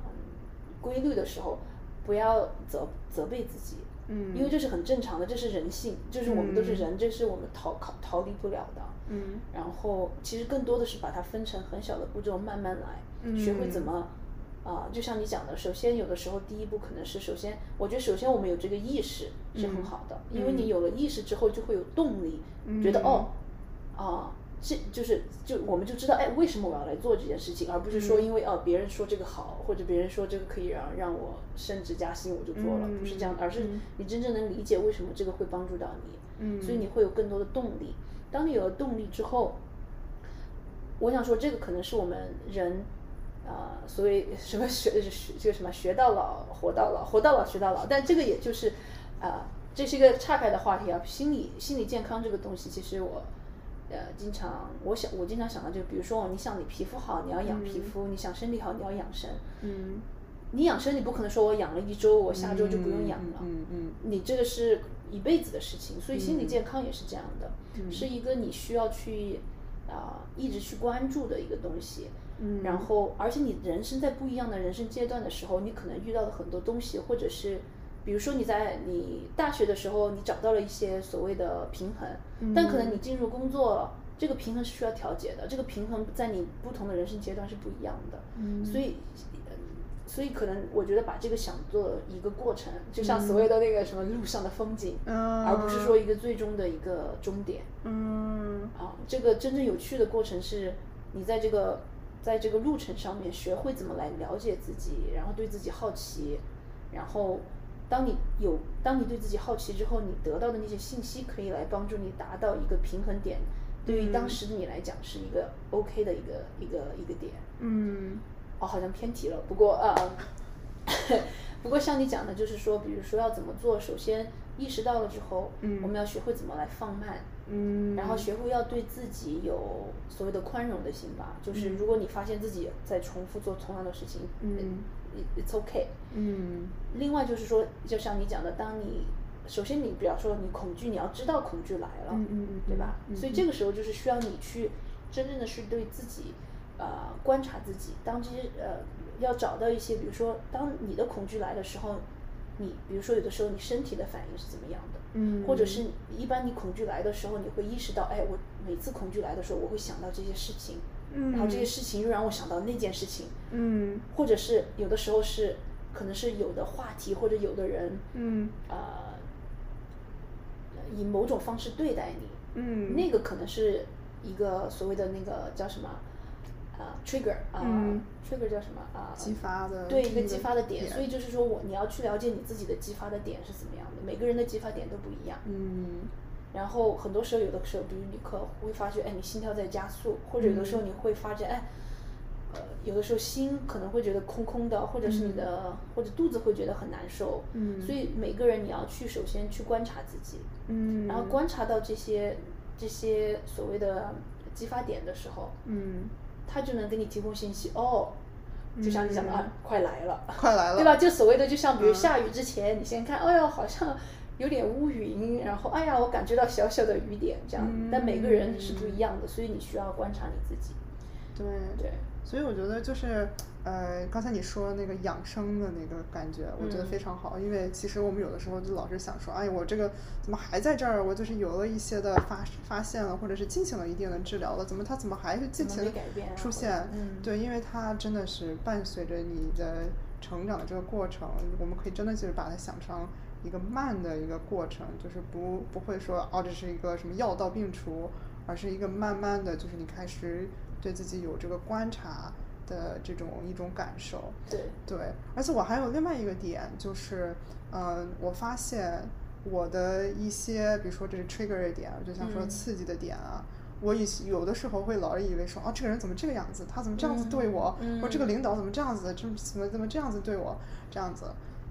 Speaker 2: 规律的时候，不要责责备自己，
Speaker 1: 嗯，
Speaker 2: 因为这是很正常的，这是人性，就是我们都是人，
Speaker 1: 嗯
Speaker 2: 这是我们逃逃逃离不了的。
Speaker 1: 嗯
Speaker 2: 然后其实更多的是把它分成很小的步骤，慢慢来，
Speaker 1: 嗯
Speaker 2: 学会怎么啊、就像你讲的，首先有的时候第一步可能是首先，我觉得首先我们有这个意识是很
Speaker 1: 嗯
Speaker 2: 好的，因为你
Speaker 1: 嗯
Speaker 2: 有了意识之后就会有动力，觉得
Speaker 1: 嗯
Speaker 2: 哦啊、这就是就我们就知道哎为什么我要来做这件事情，而不是说
Speaker 1: 嗯
Speaker 2: 因为哦、别人说这个好，或者别人说这个可以让让我升职加薪我就做了，不是这样的，而是
Speaker 1: 嗯
Speaker 2: 你真正能理解为什么这个会帮助到你。
Speaker 1: 嗯，
Speaker 2: 所以你会有更多的动力。当你有了动力之后，我想说，这个可能是我们人，啊、所谓什么学学这个什么学到老，活到老，活到老学到老。但这个也就是，啊、这是一个岔开的话题啊。心理心理健康这个东西，其实我。呃，经常我想，我经常想到就比如说，你想你皮肤好，你要养皮
Speaker 1: 嗯
Speaker 2: 肤；你想身体好，你要养生。
Speaker 1: 嗯
Speaker 2: 你养生，你不可能说我养了一周，我下周就不用养了。
Speaker 1: 嗯嗯嗯
Speaker 2: 你这个是一辈子的事情，所以心理
Speaker 1: 嗯
Speaker 2: 健康也是这样的，
Speaker 1: 嗯
Speaker 2: 是一个你需要去啊、一直去关注的一个东西。
Speaker 1: 嗯
Speaker 2: 然后，而且你人生在不一样的人生阶段的时候，你可能遇到的很多东西，或者是比如说你在你大学的时候，你找到了一些所谓的平衡，但可能你
Speaker 1: 嗯
Speaker 2: 进入工作了，这个平衡是需要调节的，这个平衡在你不同的人生阶段是不一样的。
Speaker 1: 嗯
Speaker 2: 所以，呃所以可能我觉得把这个想做一个过程，就像所谓的那个什么路上的风景，
Speaker 1: 嗯
Speaker 2: 而不是说一个最终的一个终点
Speaker 1: 嗯
Speaker 2: 啊。这个真正有趣的过程是，你在这个在这个路程上面学会怎么来了解自己，然后对自己好奇，然后。当你有，当你对自己好奇之后，你得到的那些信息可以来帮助你达到一个平衡点，对于当
Speaker 1: 嗯
Speaker 2: 时的你来讲是一个 OK 的一个一个一个点。
Speaker 1: 嗯
Speaker 2: 哦，好像偏题了。不过呃， 不过像你讲的，就是说，比如说要怎么做，首先意识到了之后，
Speaker 1: 嗯
Speaker 2: 我们要学会怎么来放慢，
Speaker 1: 嗯，
Speaker 2: 然后学会要对自己有所谓的宽容的心吧。就是
Speaker 1: 嗯
Speaker 2: 如果你发现自己在重复做同样的事情，
Speaker 1: 嗯
Speaker 2: ，it-，it's okay。
Speaker 1: 嗯
Speaker 2: 另外就是说，就像你讲的，当你首先你比方说你恐惧，你要知道恐惧来了，
Speaker 1: 嗯嗯嗯
Speaker 2: 对吧？
Speaker 1: 嗯
Speaker 2: 所以
Speaker 1: 嗯
Speaker 2: 这个时候就是需要你去真正的是对自己，呃，观察自己，当这些呃要找到一些，比如说当你的恐惧来的时候，你比如说有的时候你身体的反应是怎么样的，
Speaker 1: 嗯，
Speaker 2: 或者是一般你恐惧来的时候，你会意识到，哎，我每次恐惧来的时候，我会想到这些事情，然后这些
Speaker 1: 嗯
Speaker 2: 事情又让我想到那件事情，
Speaker 1: 嗯
Speaker 2: 或者是有的时候是可能是有的话题或者有的人，
Speaker 1: 嗯
Speaker 2: 呃，以某种方式对待你，
Speaker 1: 嗯，
Speaker 2: 那个可能是一个所谓的那个叫什么啊、t r i g g e r 啊、
Speaker 1: 嗯
Speaker 2: t r i g g e r 叫什么啊、
Speaker 1: 激发的
Speaker 2: 对
Speaker 1: 一
Speaker 2: 一
Speaker 1: 个
Speaker 2: 个激发的点，
Speaker 1: 点
Speaker 2: 所以就是说我你要去了解你自己的激发的点是怎么样的，每个人的激发点都不一样。
Speaker 1: 嗯
Speaker 2: 然后很多时候，有的时候，比如你可会发觉，哎，你心跳在加速，或者有的时候
Speaker 1: 嗯
Speaker 2: 你会发觉，哎，呃，有的时候心可能会觉得空空的，或者是你
Speaker 1: 嗯
Speaker 2: 的、或者肚子会觉得很难受。
Speaker 1: 嗯
Speaker 2: 所以每个人你要去首先去观察自己，
Speaker 1: 嗯，
Speaker 2: 然后观察到这些这些所谓的激发点的时候，
Speaker 1: 嗯，
Speaker 2: 他就能给你提供信息。哦，就像你讲的、
Speaker 1: 嗯
Speaker 2: 啊，快来了，
Speaker 1: 快来了，
Speaker 2: 对吧？就所谓的，就像比如
Speaker 1: 嗯
Speaker 2: 下雨之前，你先看，哎呦，好像有点乌云，然后哎呀，我感觉到小小的雨点这样。但每个人是不一样的，所以你需要观察你自己。
Speaker 1: 对
Speaker 2: 对，
Speaker 1: 所以我觉得就是，呃，刚才你说那个养生的那个感觉，我觉得
Speaker 2: 嗯
Speaker 1: 非常好。因为其实我们有的时候就老是想说，哎，我这个怎么还在这儿？我就是有了一些的发发现了，或者是进行了一定的治疗了，怎么它怎么还是尽
Speaker 2: 怎么
Speaker 1: 情
Speaker 2: 没
Speaker 1: 的
Speaker 2: 改变啊？
Speaker 1: 出
Speaker 2: 或者
Speaker 1: 现？
Speaker 2: 嗯，
Speaker 1: 对，因为它真的是伴随着你的成长的这个过程，我们可以真的就是把它想成一个慢的一个过程，就是不不会说哦，这是一个什么药到病除，而是一个慢慢的，就是你开始对自己有这个观察的这种一种感受。
Speaker 2: 对，
Speaker 1: 对，而且我还有另外一个点，就是，嗯，我发现我的一些，比如说这是 trigger 的点，啊就像说
Speaker 2: 嗯
Speaker 1: 刺激的点啊，我以有的时候会老是以为说，啊，这个人怎么这个样子，他怎么这样子对我，
Speaker 2: 嗯
Speaker 1: 或者这个
Speaker 2: 嗯
Speaker 1: 领导怎么这样子，这么怎么怎么这样子对我，这样子。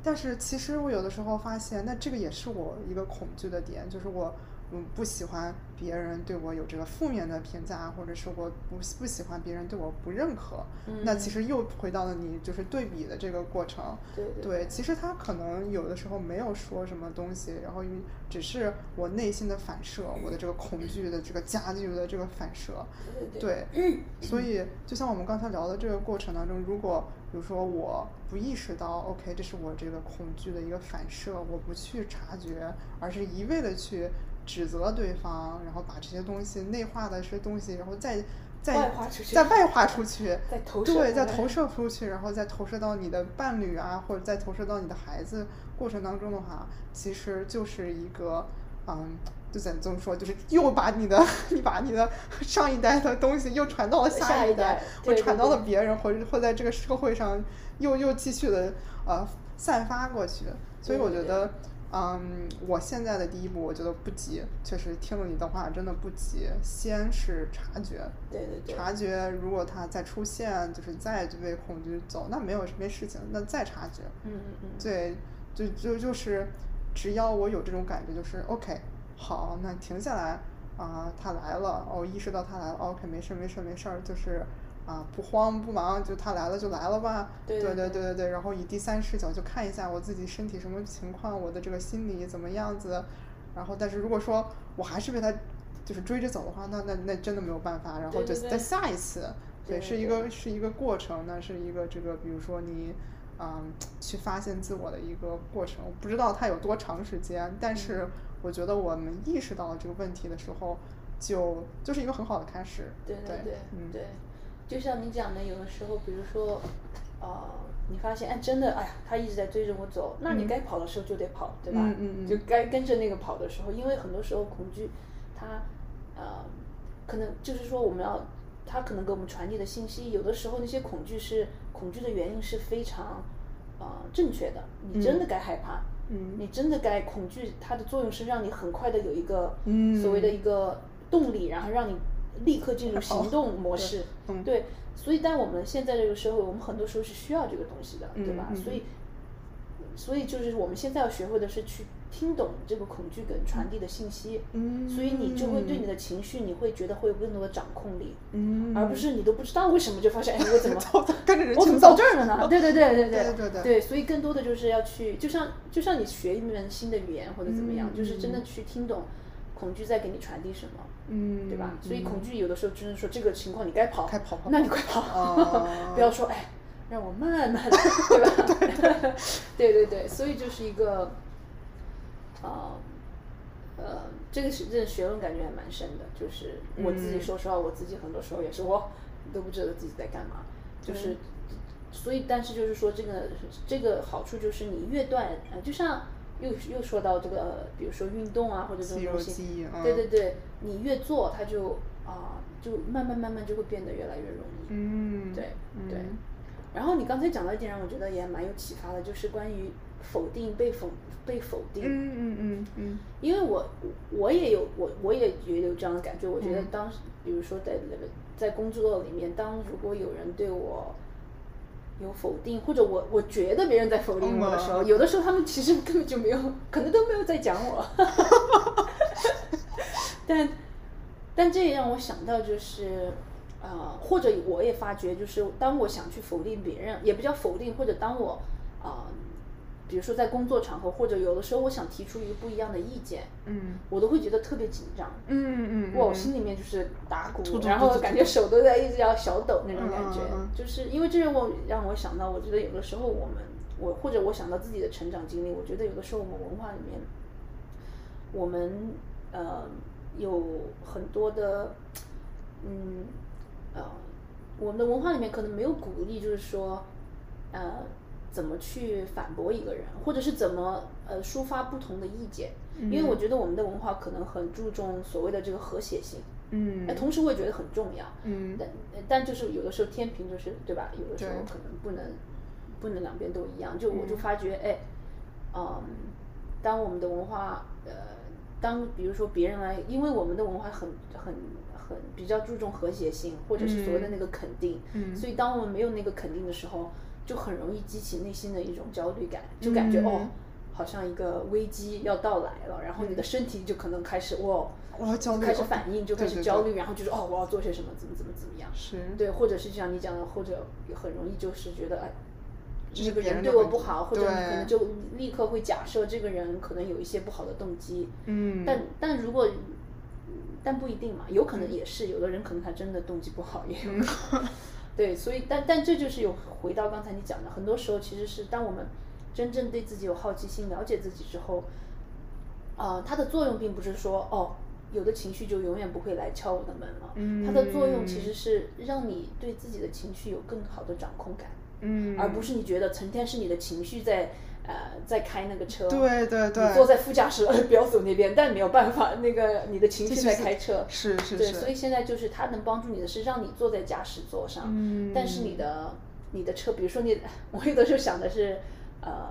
Speaker 1: 但是其实我有的时候发现，那这个也是我一个恐惧的点，就是我嗯不喜欢别人对我有这个负面的评价，或者是我不不喜欢别人对我不认可。那其
Speaker 2: 嗯
Speaker 1: 实又回到了你就是对比的这个过程。
Speaker 2: 对对
Speaker 1: 对，其实他可能有的时候没有说什么东西，然后因为只是我内心的反射，我的这个恐惧的这个加剧的这个反射。
Speaker 2: 对嗯对
Speaker 1: 对，所以就像我们刚才聊的这个过程当中，如果比如说我不意识到，OK，这是我这个恐惧的一个反射，我不去察觉，而是一味的去指责对方，然后把这些东西内化的这些东西，然后再再
Speaker 2: 外化出去
Speaker 1: 再外化出去，
Speaker 2: 再投射
Speaker 1: 对，
Speaker 2: 回
Speaker 1: 再
Speaker 2: 来
Speaker 1: 投射出去，然后再投射到你的伴侣啊，或者再投射到你的孩子过程当中的话，其实就是一个，嗯，就怎怎么说，就是又把你的 你把你的上一代的东西又传到了
Speaker 2: 下一
Speaker 1: 一
Speaker 2: 代
Speaker 1: 或
Speaker 2: 对
Speaker 1: 传
Speaker 2: 对
Speaker 1: 到了
Speaker 2: 对
Speaker 1: 别人，或者或在这个社会上又又继续的呃散发过去。所以
Speaker 2: 对
Speaker 1: 我
Speaker 2: 对
Speaker 1: 觉
Speaker 2: 对
Speaker 1: 得。嗯，我现在的第一步，我觉得不急，确实听了你的话，真的不急。先是察觉，
Speaker 2: 对对对
Speaker 1: 察觉，如果它再出现，就是再就被恐惧走，那没有没事情，那再察觉。
Speaker 2: 嗯嗯嗯，
Speaker 1: 对，就就就是，只要我有这种感觉，就是 OK，好，那停下来啊、它来了，哦，意识到它来了，OK，没事儿没事儿没事儿，就是啊、不慌不忙，就它来了就来了吧。
Speaker 2: 对
Speaker 1: 对
Speaker 2: 对
Speaker 1: 对对对，然后以第三视角就看一下我自己身体什么情况，我的这个心理怎么样子。然后，但是如果说我还是被它就是追着走的话，那那那真的没有办法。然后
Speaker 2: 对
Speaker 1: 就
Speaker 2: 对
Speaker 1: 再
Speaker 2: 对
Speaker 1: 下一次，对，
Speaker 2: 对对
Speaker 1: 是一
Speaker 2: 对
Speaker 1: 个是一个过程，那是一个这个，比如说你，嗯，去发现自我的一个过程。我不知道它有多长时间，
Speaker 2: 嗯
Speaker 1: 但是我觉得我们意识到了这个问题的时候，就就是一个很好的开始。
Speaker 2: 对对对
Speaker 1: 嗯，
Speaker 2: 对，就像你讲的，有的时候，比如说，呃，你发现哎，真的，哎呀，他一直在追着我走，那你
Speaker 1: 嗯
Speaker 2: 该跑的时候就得跑，对吧？
Speaker 1: 嗯嗯嗯
Speaker 2: 就该跟着那个跑的时候，因为很多时候恐惧，它，呃，可能就是说我们要，它可能给我们传递的信息，有的时候那些恐惧是恐惧的原因是非常，呃，正确的，你真的
Speaker 1: 嗯
Speaker 2: 该害怕。
Speaker 1: 嗯
Speaker 2: 你真的该恐惧，它的作用是让你很快的有一个
Speaker 1: 嗯
Speaker 2: 所谓的一个动力，然后让你立刻进入行动模
Speaker 1: 对
Speaker 2: 式。
Speaker 1: 嗯
Speaker 2: 对，所以但我们现在这个社会，我们很多时候是需要这个东西的，对吧？
Speaker 1: 嗯嗯
Speaker 2: 所以，所以就是我们现在要学会的是去听懂这个恐惧跟传递的信息，
Speaker 1: 嗯
Speaker 2: 所以你就会对你的情绪，你会觉得会有更多的掌控力。
Speaker 1: 嗯，
Speaker 2: 而不是你都不知道为什么就发现，哎，我 怎么
Speaker 1: 走走跟着人
Speaker 2: 我怎
Speaker 1: 群
Speaker 2: 么到
Speaker 1: 走
Speaker 2: 这儿了 呢？对对对对
Speaker 1: 哦对
Speaker 2: 对
Speaker 1: 对对
Speaker 2: 所以更多的就是要去，就像就像你学一门新的语言或者怎么样，
Speaker 1: 嗯
Speaker 2: 就是真的
Speaker 1: 嗯
Speaker 2: 去听懂恐惧在给你传递什么，
Speaker 1: 嗯，
Speaker 2: 对吧？所以
Speaker 1: 嗯
Speaker 2: 恐惧有的时候就是说这个情况你该跑，
Speaker 1: 该跑跑
Speaker 2: 那你快跑，
Speaker 1: 哦
Speaker 2: 不要说哎，让我慢慢来，对吧？ 对对对，所以就是一个，呃。呃，这个是这个学问感觉还蛮深的，就是我自己
Speaker 1: 嗯
Speaker 2: 说实话，我自己很多时候也是我都不知道自己在干嘛，就是
Speaker 1: 对
Speaker 2: 所以，但是就是说，这个这个好处就是你越断，呃，就像又又说到这个，呃比如说运动啊或者这种
Speaker 1: 肌肉
Speaker 2: 东西，
Speaker 1: 记忆嗯
Speaker 2: 对对对，你越做它就啊、就慢慢慢慢就会变得越来越容易。
Speaker 1: 嗯，
Speaker 2: 对对
Speaker 1: 嗯
Speaker 2: 然后你刚才讲到一点让我觉得也蛮有启发的，就是关于否定被否被否定，
Speaker 1: 嗯嗯嗯嗯
Speaker 2: 因为我我也有我我也也有这样的感觉，我觉得
Speaker 1: 嗯
Speaker 2: 当时、比如说在在工作里面，当如果有人对我有否定，或者我我觉得别人在否定我的时候，
Speaker 1: 嗯
Speaker 2: 有的时候他们其实根本就没有，可能都没有在讲我，但但这也让我想到就是。呃，或者我也发觉，就是当我想去否定别人，也不叫否定，或者当我啊、比如说在工作场合，或者有的时候我想提出一个不一样的意见，
Speaker 1: 嗯
Speaker 2: 我都会觉得特别紧张，
Speaker 1: 嗯嗯，
Speaker 2: 哇，我
Speaker 1: 嗯
Speaker 2: 心里面就是打鼓，
Speaker 1: 突突
Speaker 2: 然
Speaker 1: 突
Speaker 2: 后
Speaker 1: 突
Speaker 2: 感
Speaker 1: 突
Speaker 2: 觉手都在一直要小抖那种感
Speaker 1: 嗯
Speaker 2: 觉，
Speaker 1: 嗯嗯
Speaker 2: 就是因为这让我让我想到，我觉得有的时候我们，我或者我想到自己的成长经历，我觉得有的时候我们文化里面，我们呃有很多的，嗯呃，我们的文化里面可能没有鼓励，就是说呃怎么去反驳一个人，或者是怎么呃抒发不同的意见。
Speaker 1: 嗯
Speaker 2: 因为我觉得我们的文化可能很注重所谓的这个和谐性，
Speaker 1: 嗯
Speaker 2: 哎，同时我也觉得很重要，
Speaker 1: 嗯
Speaker 2: 但但就是有的时候天平就是对吧？有的时候
Speaker 1: 对
Speaker 2: 可能不能不能两边都一样，就我就
Speaker 1: 嗯
Speaker 2: 发觉哎，嗯，当我们的文化呃，当比如说别人来，因为我们的文化很很很比较注重和谐性，或者是所谓的
Speaker 1: 嗯
Speaker 2: 那个肯定，
Speaker 1: 嗯
Speaker 2: 所以当我们没有那个肯定的时候，就很容易激起内心的一种焦虑感，就感觉、哦
Speaker 1: 嗯。
Speaker 2: 好像一个危机要到来了，然后你的身体就可能开始哇，
Speaker 1: 我要焦虑
Speaker 2: 开始
Speaker 1: 哦
Speaker 2: 反应，就
Speaker 1: 对
Speaker 2: 开始
Speaker 1: 对
Speaker 2: 焦虑，
Speaker 1: 对
Speaker 2: 然后就说哦，我要做些什么，怎么怎么怎么样。
Speaker 1: 是
Speaker 2: 对，或者是像你讲的，或者很容易就是觉得哎，
Speaker 1: 就是
Speaker 2: 这个
Speaker 1: 别
Speaker 2: 人
Speaker 1: 人
Speaker 2: 对
Speaker 1: 的
Speaker 2: 我
Speaker 1: 问
Speaker 2: 不
Speaker 1: 题
Speaker 2: 好，或者你可
Speaker 1: 对
Speaker 2: 能就立刻会假设这个人可能有一些不好的动机。
Speaker 1: 嗯
Speaker 2: 但但如果但不一定嘛，有可能也是，有的人可能他真的动机不好，也有可
Speaker 1: 嗯
Speaker 2: 能。 对，所以但但这就是有回到刚才你讲的，很多时候其实是当我们真正对自己有好奇心、了解自己之后，啊，它的作用并不是说哦，有的情绪就永远不会来敲我的门了。它的作用其实
Speaker 1: 嗯
Speaker 2: 是让你对自己的情绪有更好的掌控感，
Speaker 1: 嗯，
Speaker 2: 而不是你觉得成天是你的情绪在呃在开那个车。
Speaker 1: 对对
Speaker 2: 你
Speaker 1: 对，
Speaker 2: 坐在副驾驶， 不要走那边，但没有办法，那个你的情绪
Speaker 1: 这就
Speaker 2: 在
Speaker 1: 是
Speaker 2: 开车，
Speaker 1: 是是
Speaker 2: 对，
Speaker 1: 是
Speaker 2: 所以现在就是它能帮助你的是让你坐在驾驶座上，
Speaker 1: 嗯
Speaker 2: 但是你的你的车，比如说你， 我有的时候想的是，呃，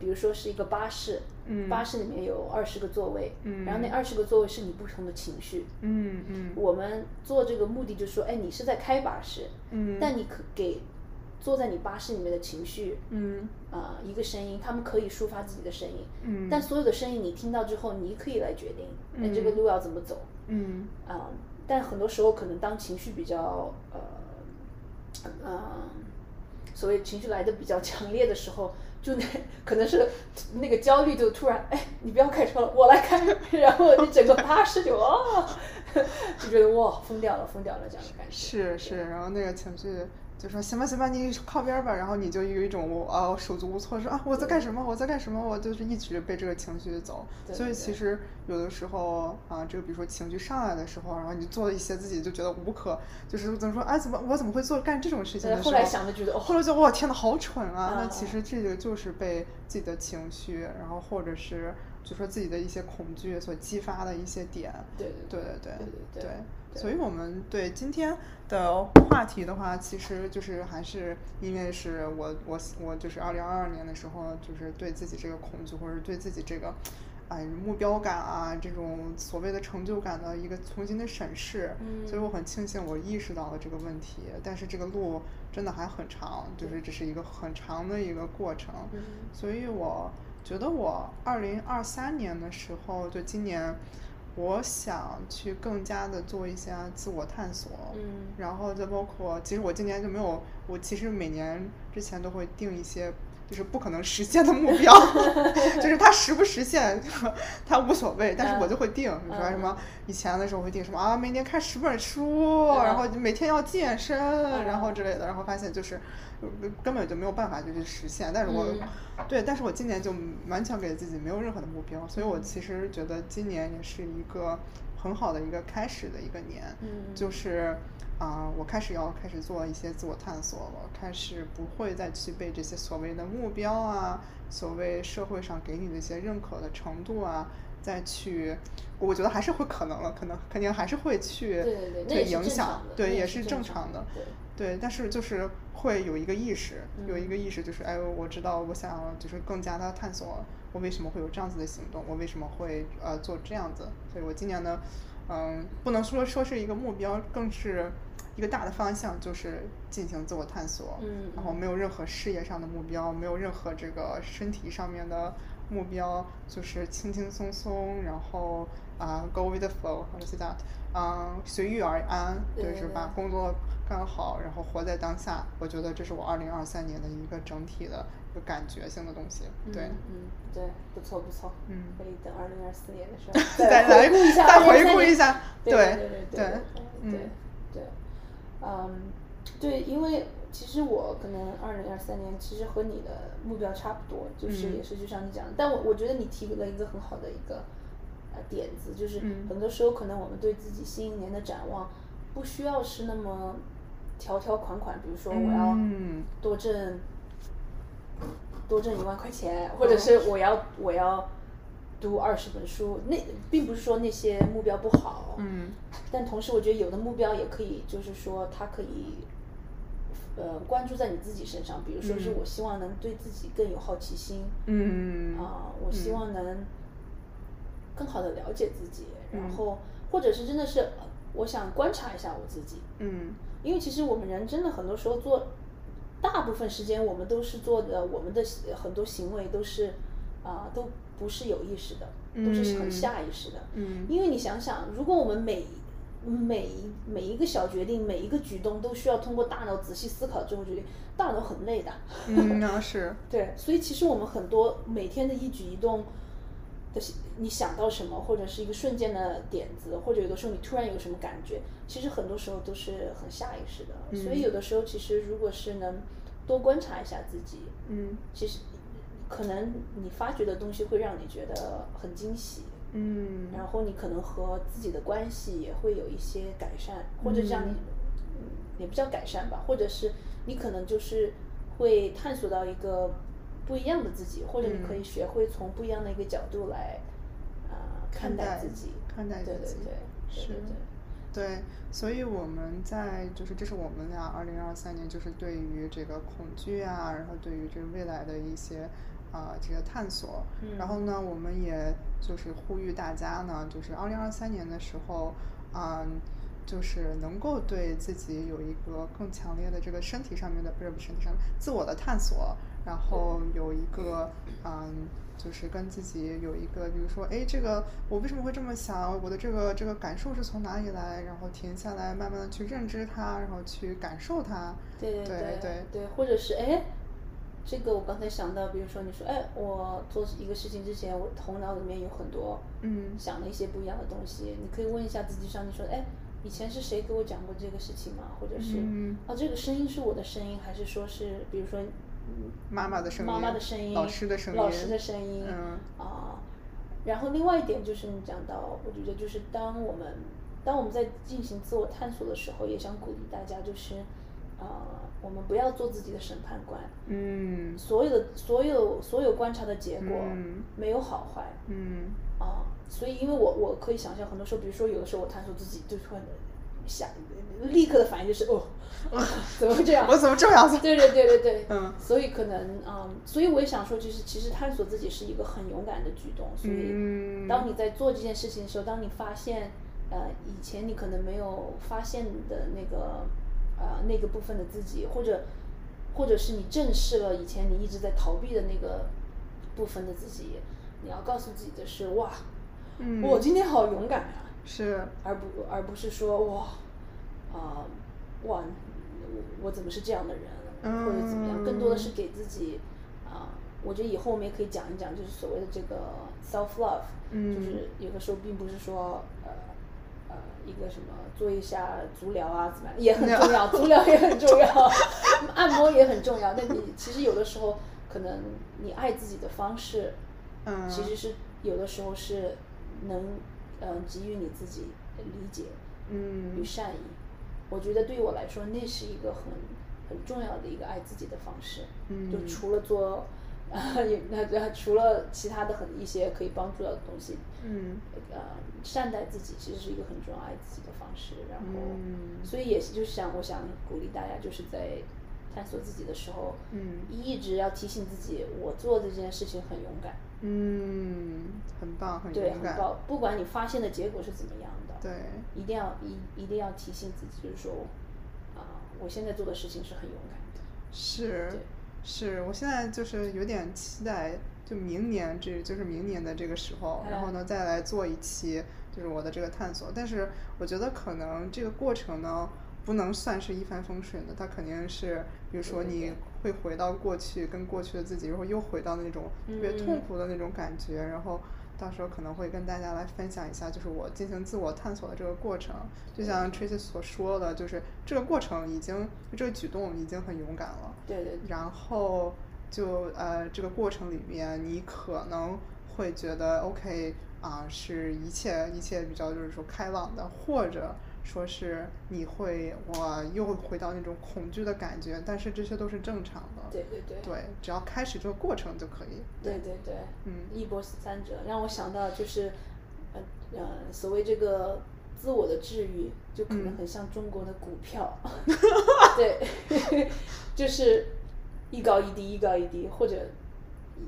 Speaker 2: 比如说是一个巴士，
Speaker 1: 嗯
Speaker 2: 巴士里面有二十个座位，
Speaker 1: 嗯
Speaker 2: 然后那二十个座位是你不同的情绪，
Speaker 1: 嗯嗯
Speaker 2: 我们做这个目的就是说，哎，你是在开巴士，
Speaker 1: 嗯，
Speaker 2: 但你可给坐在你巴士里面的情绪，
Speaker 1: 嗯
Speaker 2: 啊、一个声音，他们可以抒发自己的声音，
Speaker 1: 嗯，
Speaker 2: 但所有的声音你听到之后，你可以来决定，那这个
Speaker 1: 嗯
Speaker 2: 路要怎么走。
Speaker 1: 嗯
Speaker 2: 啊、但很多时候可能当情绪比较呃呃，所谓情绪来的比较强烈的时候，就那 可能是那个焦虑就突然，哎，你不要开车了，我来开，然后你整个巴士就哦， 就觉得哇，疯掉了，疯掉了这样的感觉。
Speaker 1: 是是，然后那个情绪就说行吧行吧，你靠边儿吧，然后你就有一种我啊手足无措，说啊我在干什么，我在干什么，我就是一直被这个情绪走。
Speaker 2: 对
Speaker 1: 所以
Speaker 2: 对
Speaker 1: 其
Speaker 2: 对
Speaker 1: 实有的时候啊，这个比如说情绪上来的时候，然后你做一些自己就觉得无可，就是怎么说啊，怎么我怎么会做干这种事情
Speaker 2: 对
Speaker 1: 的时候，
Speaker 2: 后来想着觉得哦
Speaker 1: 后来就哇天呐，好蠢啊！那
Speaker 2: 啊
Speaker 1: 其实这个就是被自己的情绪，然后或者是就说自己的一些恐惧所激发的一些点。
Speaker 2: 对
Speaker 1: 对对
Speaker 2: 对
Speaker 1: 对
Speaker 2: 对对对
Speaker 1: 所以我们对今天的话题的话，其实就是还是因为是我我我就是二零二二年的时候，就是对自己这个恐惧，或者是对自己这个。哎，目标感啊，这种所谓的成就感的一个重新的审视，
Speaker 2: 嗯
Speaker 1: 所以我很庆幸我意识到了这个问题，但是这个路真的还很长，就是这是一个很长的一个过程，
Speaker 2: 嗯
Speaker 1: 所以我觉得我二零二三年的时候，就今年，我想去更加的做一些自我探索，
Speaker 2: 嗯
Speaker 1: 然后再包括，其实我今年就没有，我其实每年之前都会定一些。就是不可能实现的目 标，就是它实不实现， 它无所谓。但是我
Speaker 2: 嗯
Speaker 1: 就会定，比如说什么
Speaker 2: 嗯
Speaker 1: 以前的时候会定什么啊，每年看十本书，
Speaker 2: 嗯
Speaker 1: 然后每天要健身，然后
Speaker 2: 嗯
Speaker 1: 之类的。然后发现就是呃根本就没有办法就去实现。但是我
Speaker 2: 嗯
Speaker 1: 对，但是我今年就完全给自己没有任何的目标，所以我其实觉得今年也是一个很好的一个开始的一个年，
Speaker 2: 嗯
Speaker 1: 就是啊、我开始要开始做一些自我探索了，开始不会再去被这些所谓的目标啊，所谓社会上给你的一些认可的程度啊，再去，我觉得还是会可能了，可能肯定还是会去
Speaker 2: 对对对，那
Speaker 1: 对
Speaker 2: 也是
Speaker 1: 影
Speaker 2: 正
Speaker 1: 响
Speaker 2: 常的，，
Speaker 1: 对
Speaker 2: 那
Speaker 1: 也
Speaker 2: 是
Speaker 1: 正
Speaker 2: 常
Speaker 1: 常的，
Speaker 2: 对，
Speaker 1: 对，但是就是会有一个意识，有一
Speaker 2: 嗯
Speaker 1: 个意识就是，哎，我知道我想要就是更加的探索我为什么会有这样子的行动，我为什么会呃做这样子，所以我今年呢，嗯，不能说说是一个目标，更是一个大的方向，就是进行自我探索，
Speaker 2: 嗯
Speaker 1: 然后
Speaker 2: 嗯
Speaker 1: 没有任何事业上的目标，没有任何这个身体上面的目标，就是轻轻松松，然后啊、go with the flow，how to say that，啊、随遇而安，
Speaker 2: 对
Speaker 1: 就
Speaker 2: 对
Speaker 1: 是
Speaker 2: 对
Speaker 1: 把工作干好，然后活在当下。我觉得这是我二零二三年的一个整体的一个感觉性的东西。对，
Speaker 2: 嗯，嗯对，不错不错，
Speaker 1: 嗯
Speaker 2: 可以等二零二四 年的时候
Speaker 1: 再
Speaker 2: 回
Speaker 1: 来
Speaker 2: 顾一下，
Speaker 1: 再回顾一下，
Speaker 2: 对对对
Speaker 1: 对，
Speaker 2: 对对
Speaker 1: 嗯
Speaker 2: 对，嗯，对，因为其实我可能二零二三年其实和你的目标差不多，就是
Speaker 1: 嗯
Speaker 2: 也是就像你讲的，但我我觉得你提了一个很好的一个呃点子，就是
Speaker 1: 嗯
Speaker 2: 很多时候可能我们对自己新一年的展望不需要是那么条条款款，比如说我要
Speaker 1: 嗯
Speaker 2: 多挣多挣一万块钱，或
Speaker 1: 哦
Speaker 2: 者是我要我要读二十本书，那并不是说那些目标不好，
Speaker 1: 嗯
Speaker 2: 但同时我觉得有的目标也可以，就是说它可以。呃，关注在你自己身上，比如说是
Speaker 1: 嗯
Speaker 2: 我希望能对自己更有好奇心，
Speaker 1: 嗯
Speaker 2: 啊、我希
Speaker 1: 嗯
Speaker 2: 望能更好的了解自己，
Speaker 1: 嗯
Speaker 2: 然后或者是真的是呃我想观察一下我自己，
Speaker 1: 嗯
Speaker 2: 因为其实我们人真的很多时候做，大部分时间我们都是做的，我们的行很多行为都是啊、都不是有意识的，都是很
Speaker 1: 嗯
Speaker 2: 下意识的。
Speaker 1: 嗯
Speaker 2: 因为你想想，如果我们每每一每一个小决定、每一个举动都需要通过大脑仔细思考之后决定，大脑很累的。
Speaker 1: 嗯，那是
Speaker 2: 对，所以其实我们很多每天的一举一动的，你想到什么，或者是一个瞬间的点子，或者有的时候你突然有什么感觉，其实很多时候都是很下意识的。所以
Speaker 1: 嗯
Speaker 2: 有的时候其实如果是能多观察一下自己，
Speaker 1: 嗯
Speaker 2: 其实可能你发掘的东西会让你觉得很惊喜。
Speaker 1: 嗯，
Speaker 2: 然后你可能和自己的关系也会有一些改善，或者让你，
Speaker 1: 嗯
Speaker 2: 嗯也不叫改善吧，或者是你可能就是会探索到一个不一样的自己，或者你可以
Speaker 1: 嗯
Speaker 2: 学会从不一样的一个角度来，啊、看
Speaker 1: 看待
Speaker 2: 自己，
Speaker 1: 看待
Speaker 2: 对
Speaker 1: 自
Speaker 2: 对
Speaker 1: 己
Speaker 2: 对，
Speaker 1: 是
Speaker 2: 对对对，
Speaker 1: 对，所以我们在就是这是我们俩二零二三年就是对于这个恐惧啊，然后对于这个未来的一些啊、这个探索，然后呢，我们也就是呼吁大家呢，就是二零二三年的时候，嗯，就是能够对自己有一个更强烈的这个身体上面的不是不是身体上面自我的探索，然后有一个嗯，就是跟自己有一个，比如说，哎，这个我为什么会这么想？我的这个这个感受是从哪里来？然后停下来，慢慢的去认知它，然后去感受它。
Speaker 2: 对对
Speaker 1: 对
Speaker 2: 对
Speaker 1: 对
Speaker 2: 对，或者是哎，这个我刚才想到，比如说你说哎，我做一个事情之前，我头脑里面有很多
Speaker 1: 嗯
Speaker 2: 想了一些不一样的东西，你可以问一下自己，像你说哎，以前是谁给我讲过这个事情吗？或者是、
Speaker 1: 嗯
Speaker 2: 啊，这个声音是我的声音，还是说是比如说嗯
Speaker 1: 妈妈的声
Speaker 2: 妈妈
Speaker 1: 音
Speaker 2: 的声音，
Speaker 1: 老师的声
Speaker 2: 老
Speaker 1: 音
Speaker 2: 师的声音，
Speaker 1: 嗯
Speaker 2: 啊。然后另外一点就是你讲到，我觉得就是当我们当我们在进行自我探索的时候，也想鼓励大家就是，呃，我们不要做自己的审判官，
Speaker 1: 嗯
Speaker 2: 所有的所有所有观察的结果、
Speaker 1: 嗯
Speaker 2: 没有好坏
Speaker 1: 嗯
Speaker 2: 啊。所以因为我我可以想象很多时候，比如说有的时候我探索自己，就突然想立刻的反应就是哦， 怎么会这样？
Speaker 1: 我怎么这样子？
Speaker 2: 对对对对对，
Speaker 1: 嗯
Speaker 2: 所以可能嗯，所以我也想说，就是其实探索自己是一个很勇敢的举动，所以
Speaker 1: 嗯
Speaker 2: 当你在做这件事情的时候，当你发现呃以前你可能没有发现的那个呃那个部分的自己，或者或者是你正视了以前你一直在逃避的那个部分的自己，你要告诉自己的是哇，
Speaker 1: 嗯，
Speaker 2: 我今天好勇敢啊，
Speaker 1: 是
Speaker 2: 而不而不是说哇，啊、哇，我我怎么是这样的人，或者怎么样，更多的是
Speaker 1: 嗯
Speaker 2: 给自己啊、我觉得以后我们也可以讲一讲，就是所谓的这个 self love，、就
Speaker 1: 嗯
Speaker 2: 是有的时候并不是说呃呃一个什么做一下足疗啊，怎么样也很重要，足疗也很重要， 按摩也很重要。那你其实有的时候可能你爱自己的方式，
Speaker 1: 嗯
Speaker 2: 其实是有的时候是能嗯，给予你自己理解与
Speaker 1: 嗯
Speaker 2: 善意。我觉得对于我来说，那是一个很很重要的一个爱自己的方式。
Speaker 1: 嗯
Speaker 2: 就除了做， 也那那除了其他的很一些可以帮助到的东西，
Speaker 1: 嗯
Speaker 2: 呃，善待自己其实是一个很重要爱自己的方式。然后，
Speaker 1: 嗯
Speaker 2: 所以也是就是想，我想鼓励大家，就是在探索自己的时候，
Speaker 1: 嗯
Speaker 2: 一直要提醒自己，我做这件事情很勇敢，
Speaker 1: 嗯，很棒，很
Speaker 2: 对，
Speaker 1: 勇
Speaker 2: 很
Speaker 1: 敢，
Speaker 2: 高，不管你发现的结果是怎么样的，
Speaker 1: 对，
Speaker 2: 一定要一一定要提醒自己，就是说，啊、我现在做的事情是很勇敢的。
Speaker 1: 是
Speaker 2: 对
Speaker 1: 是，我现在就是有点期待，就明年这就是明年的这个时候，然后呢
Speaker 2: 嗯
Speaker 1: 再来做一期就是我的这个探索，但是我觉得可能这个过程呢。不能算是一帆风顺的，它肯定是，比如说
Speaker 2: 对对
Speaker 1: 你
Speaker 2: 对
Speaker 1: 会回到过去，跟过去的自己，然后又回到那种特别痛
Speaker 2: 嗯
Speaker 1: 苦的那种感觉，然后到时候可能会跟大家来分享一下，就是我进行自我探索的这个过程。就
Speaker 2: 嗯
Speaker 1: 像 Tracy 所说的，就是这个过程已经，这个举动已经很勇敢了。
Speaker 2: 对对对，
Speaker 1: 然后就呃，这个过程里面，你可能会觉得 OK 啊、是一切一切比较就是说开朗的，或者说是你会我又回到那种恐惧的感觉，但是这些都是正常的。
Speaker 2: 对对对
Speaker 1: 对，只要开始这个过程就可以。
Speaker 2: 对对对，
Speaker 1: 嗯
Speaker 2: 一波三折，让我想到就是，呃呃，所谓这个自我的治愈，就可能
Speaker 1: 嗯
Speaker 2: 很像中国的股票，对， 就是一高一低，一高一低，或者一，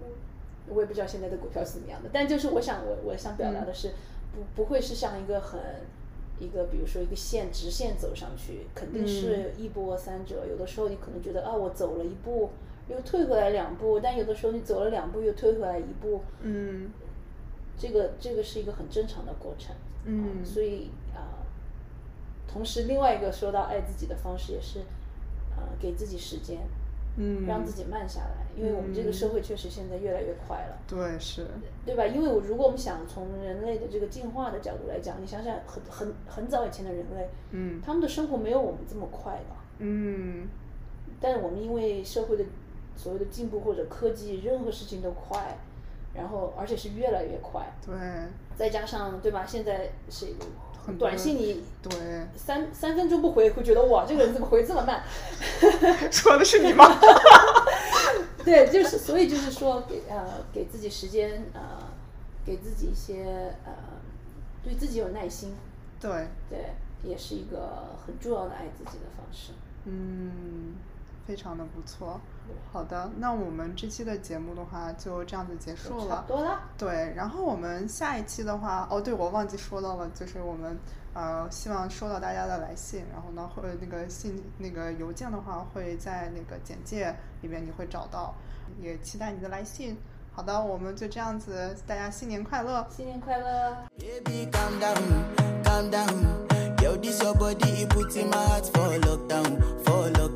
Speaker 2: 我我也不知道现在的股票是怎么样的，但就是我想我我想表达的是，不不会是像一个很。一个，比如说一个线直线走上去，肯定是一波三折。有的时候你可能觉得啊，我走了一步，又退回来两步，但有的时候你走了两步又退回来一步，
Speaker 1: 嗯
Speaker 2: 这个这个是一个很正常的过程。
Speaker 1: 嗯
Speaker 2: 啊所以啊、同时另外一个说到爱自己的方式也是，啊、给自己时间，
Speaker 1: 嗯，
Speaker 2: 让自己慢下来，因为我们这个
Speaker 1: 嗯
Speaker 2: 社会确实现在越来越快了。
Speaker 1: 对是，
Speaker 2: 对吧？因为我如果我们想从人类的这个进化的角度来讲，你想想很很很早以前的人类，
Speaker 1: 嗯
Speaker 2: 他们的生活没有我们这么快的，
Speaker 1: 嗯
Speaker 2: 但是我们因为社会的所谓的进步或者科技，任何事情都快，然后而且是越来越快，
Speaker 1: 对
Speaker 2: 再加上对吧？现在是
Speaker 1: 很多
Speaker 2: 短信你
Speaker 1: 对，
Speaker 2: 三三分钟不回，会觉得哇，这个人怎么回这么慢？
Speaker 1: 说的是你吗？
Speaker 2: 对，就是所以就是说给呃给自己时间呃给自己一些呃对自己有耐心，
Speaker 1: 对，
Speaker 2: 对，也是一个很重要的爱自己的方式。
Speaker 1: 嗯，非常的不错。好的，那我们这期的节目的话就这样子结
Speaker 2: 就
Speaker 1: 束
Speaker 2: 差
Speaker 1: 了
Speaker 2: 不。多啦，
Speaker 1: 对，然后我们下一期的话，哦，对，我忘记说到了，就是我们呃希望收到大家的来信，然后呢，会那个信那个邮件的话会在那个简介里面你会找到，也期待你的来信。好的，我们就这样子，大家新年快乐！
Speaker 2: 新年快乐！
Speaker 3: Baby, calm down, calm down. Yo, this your body, it puts in my heart for lockdown, for lockdown.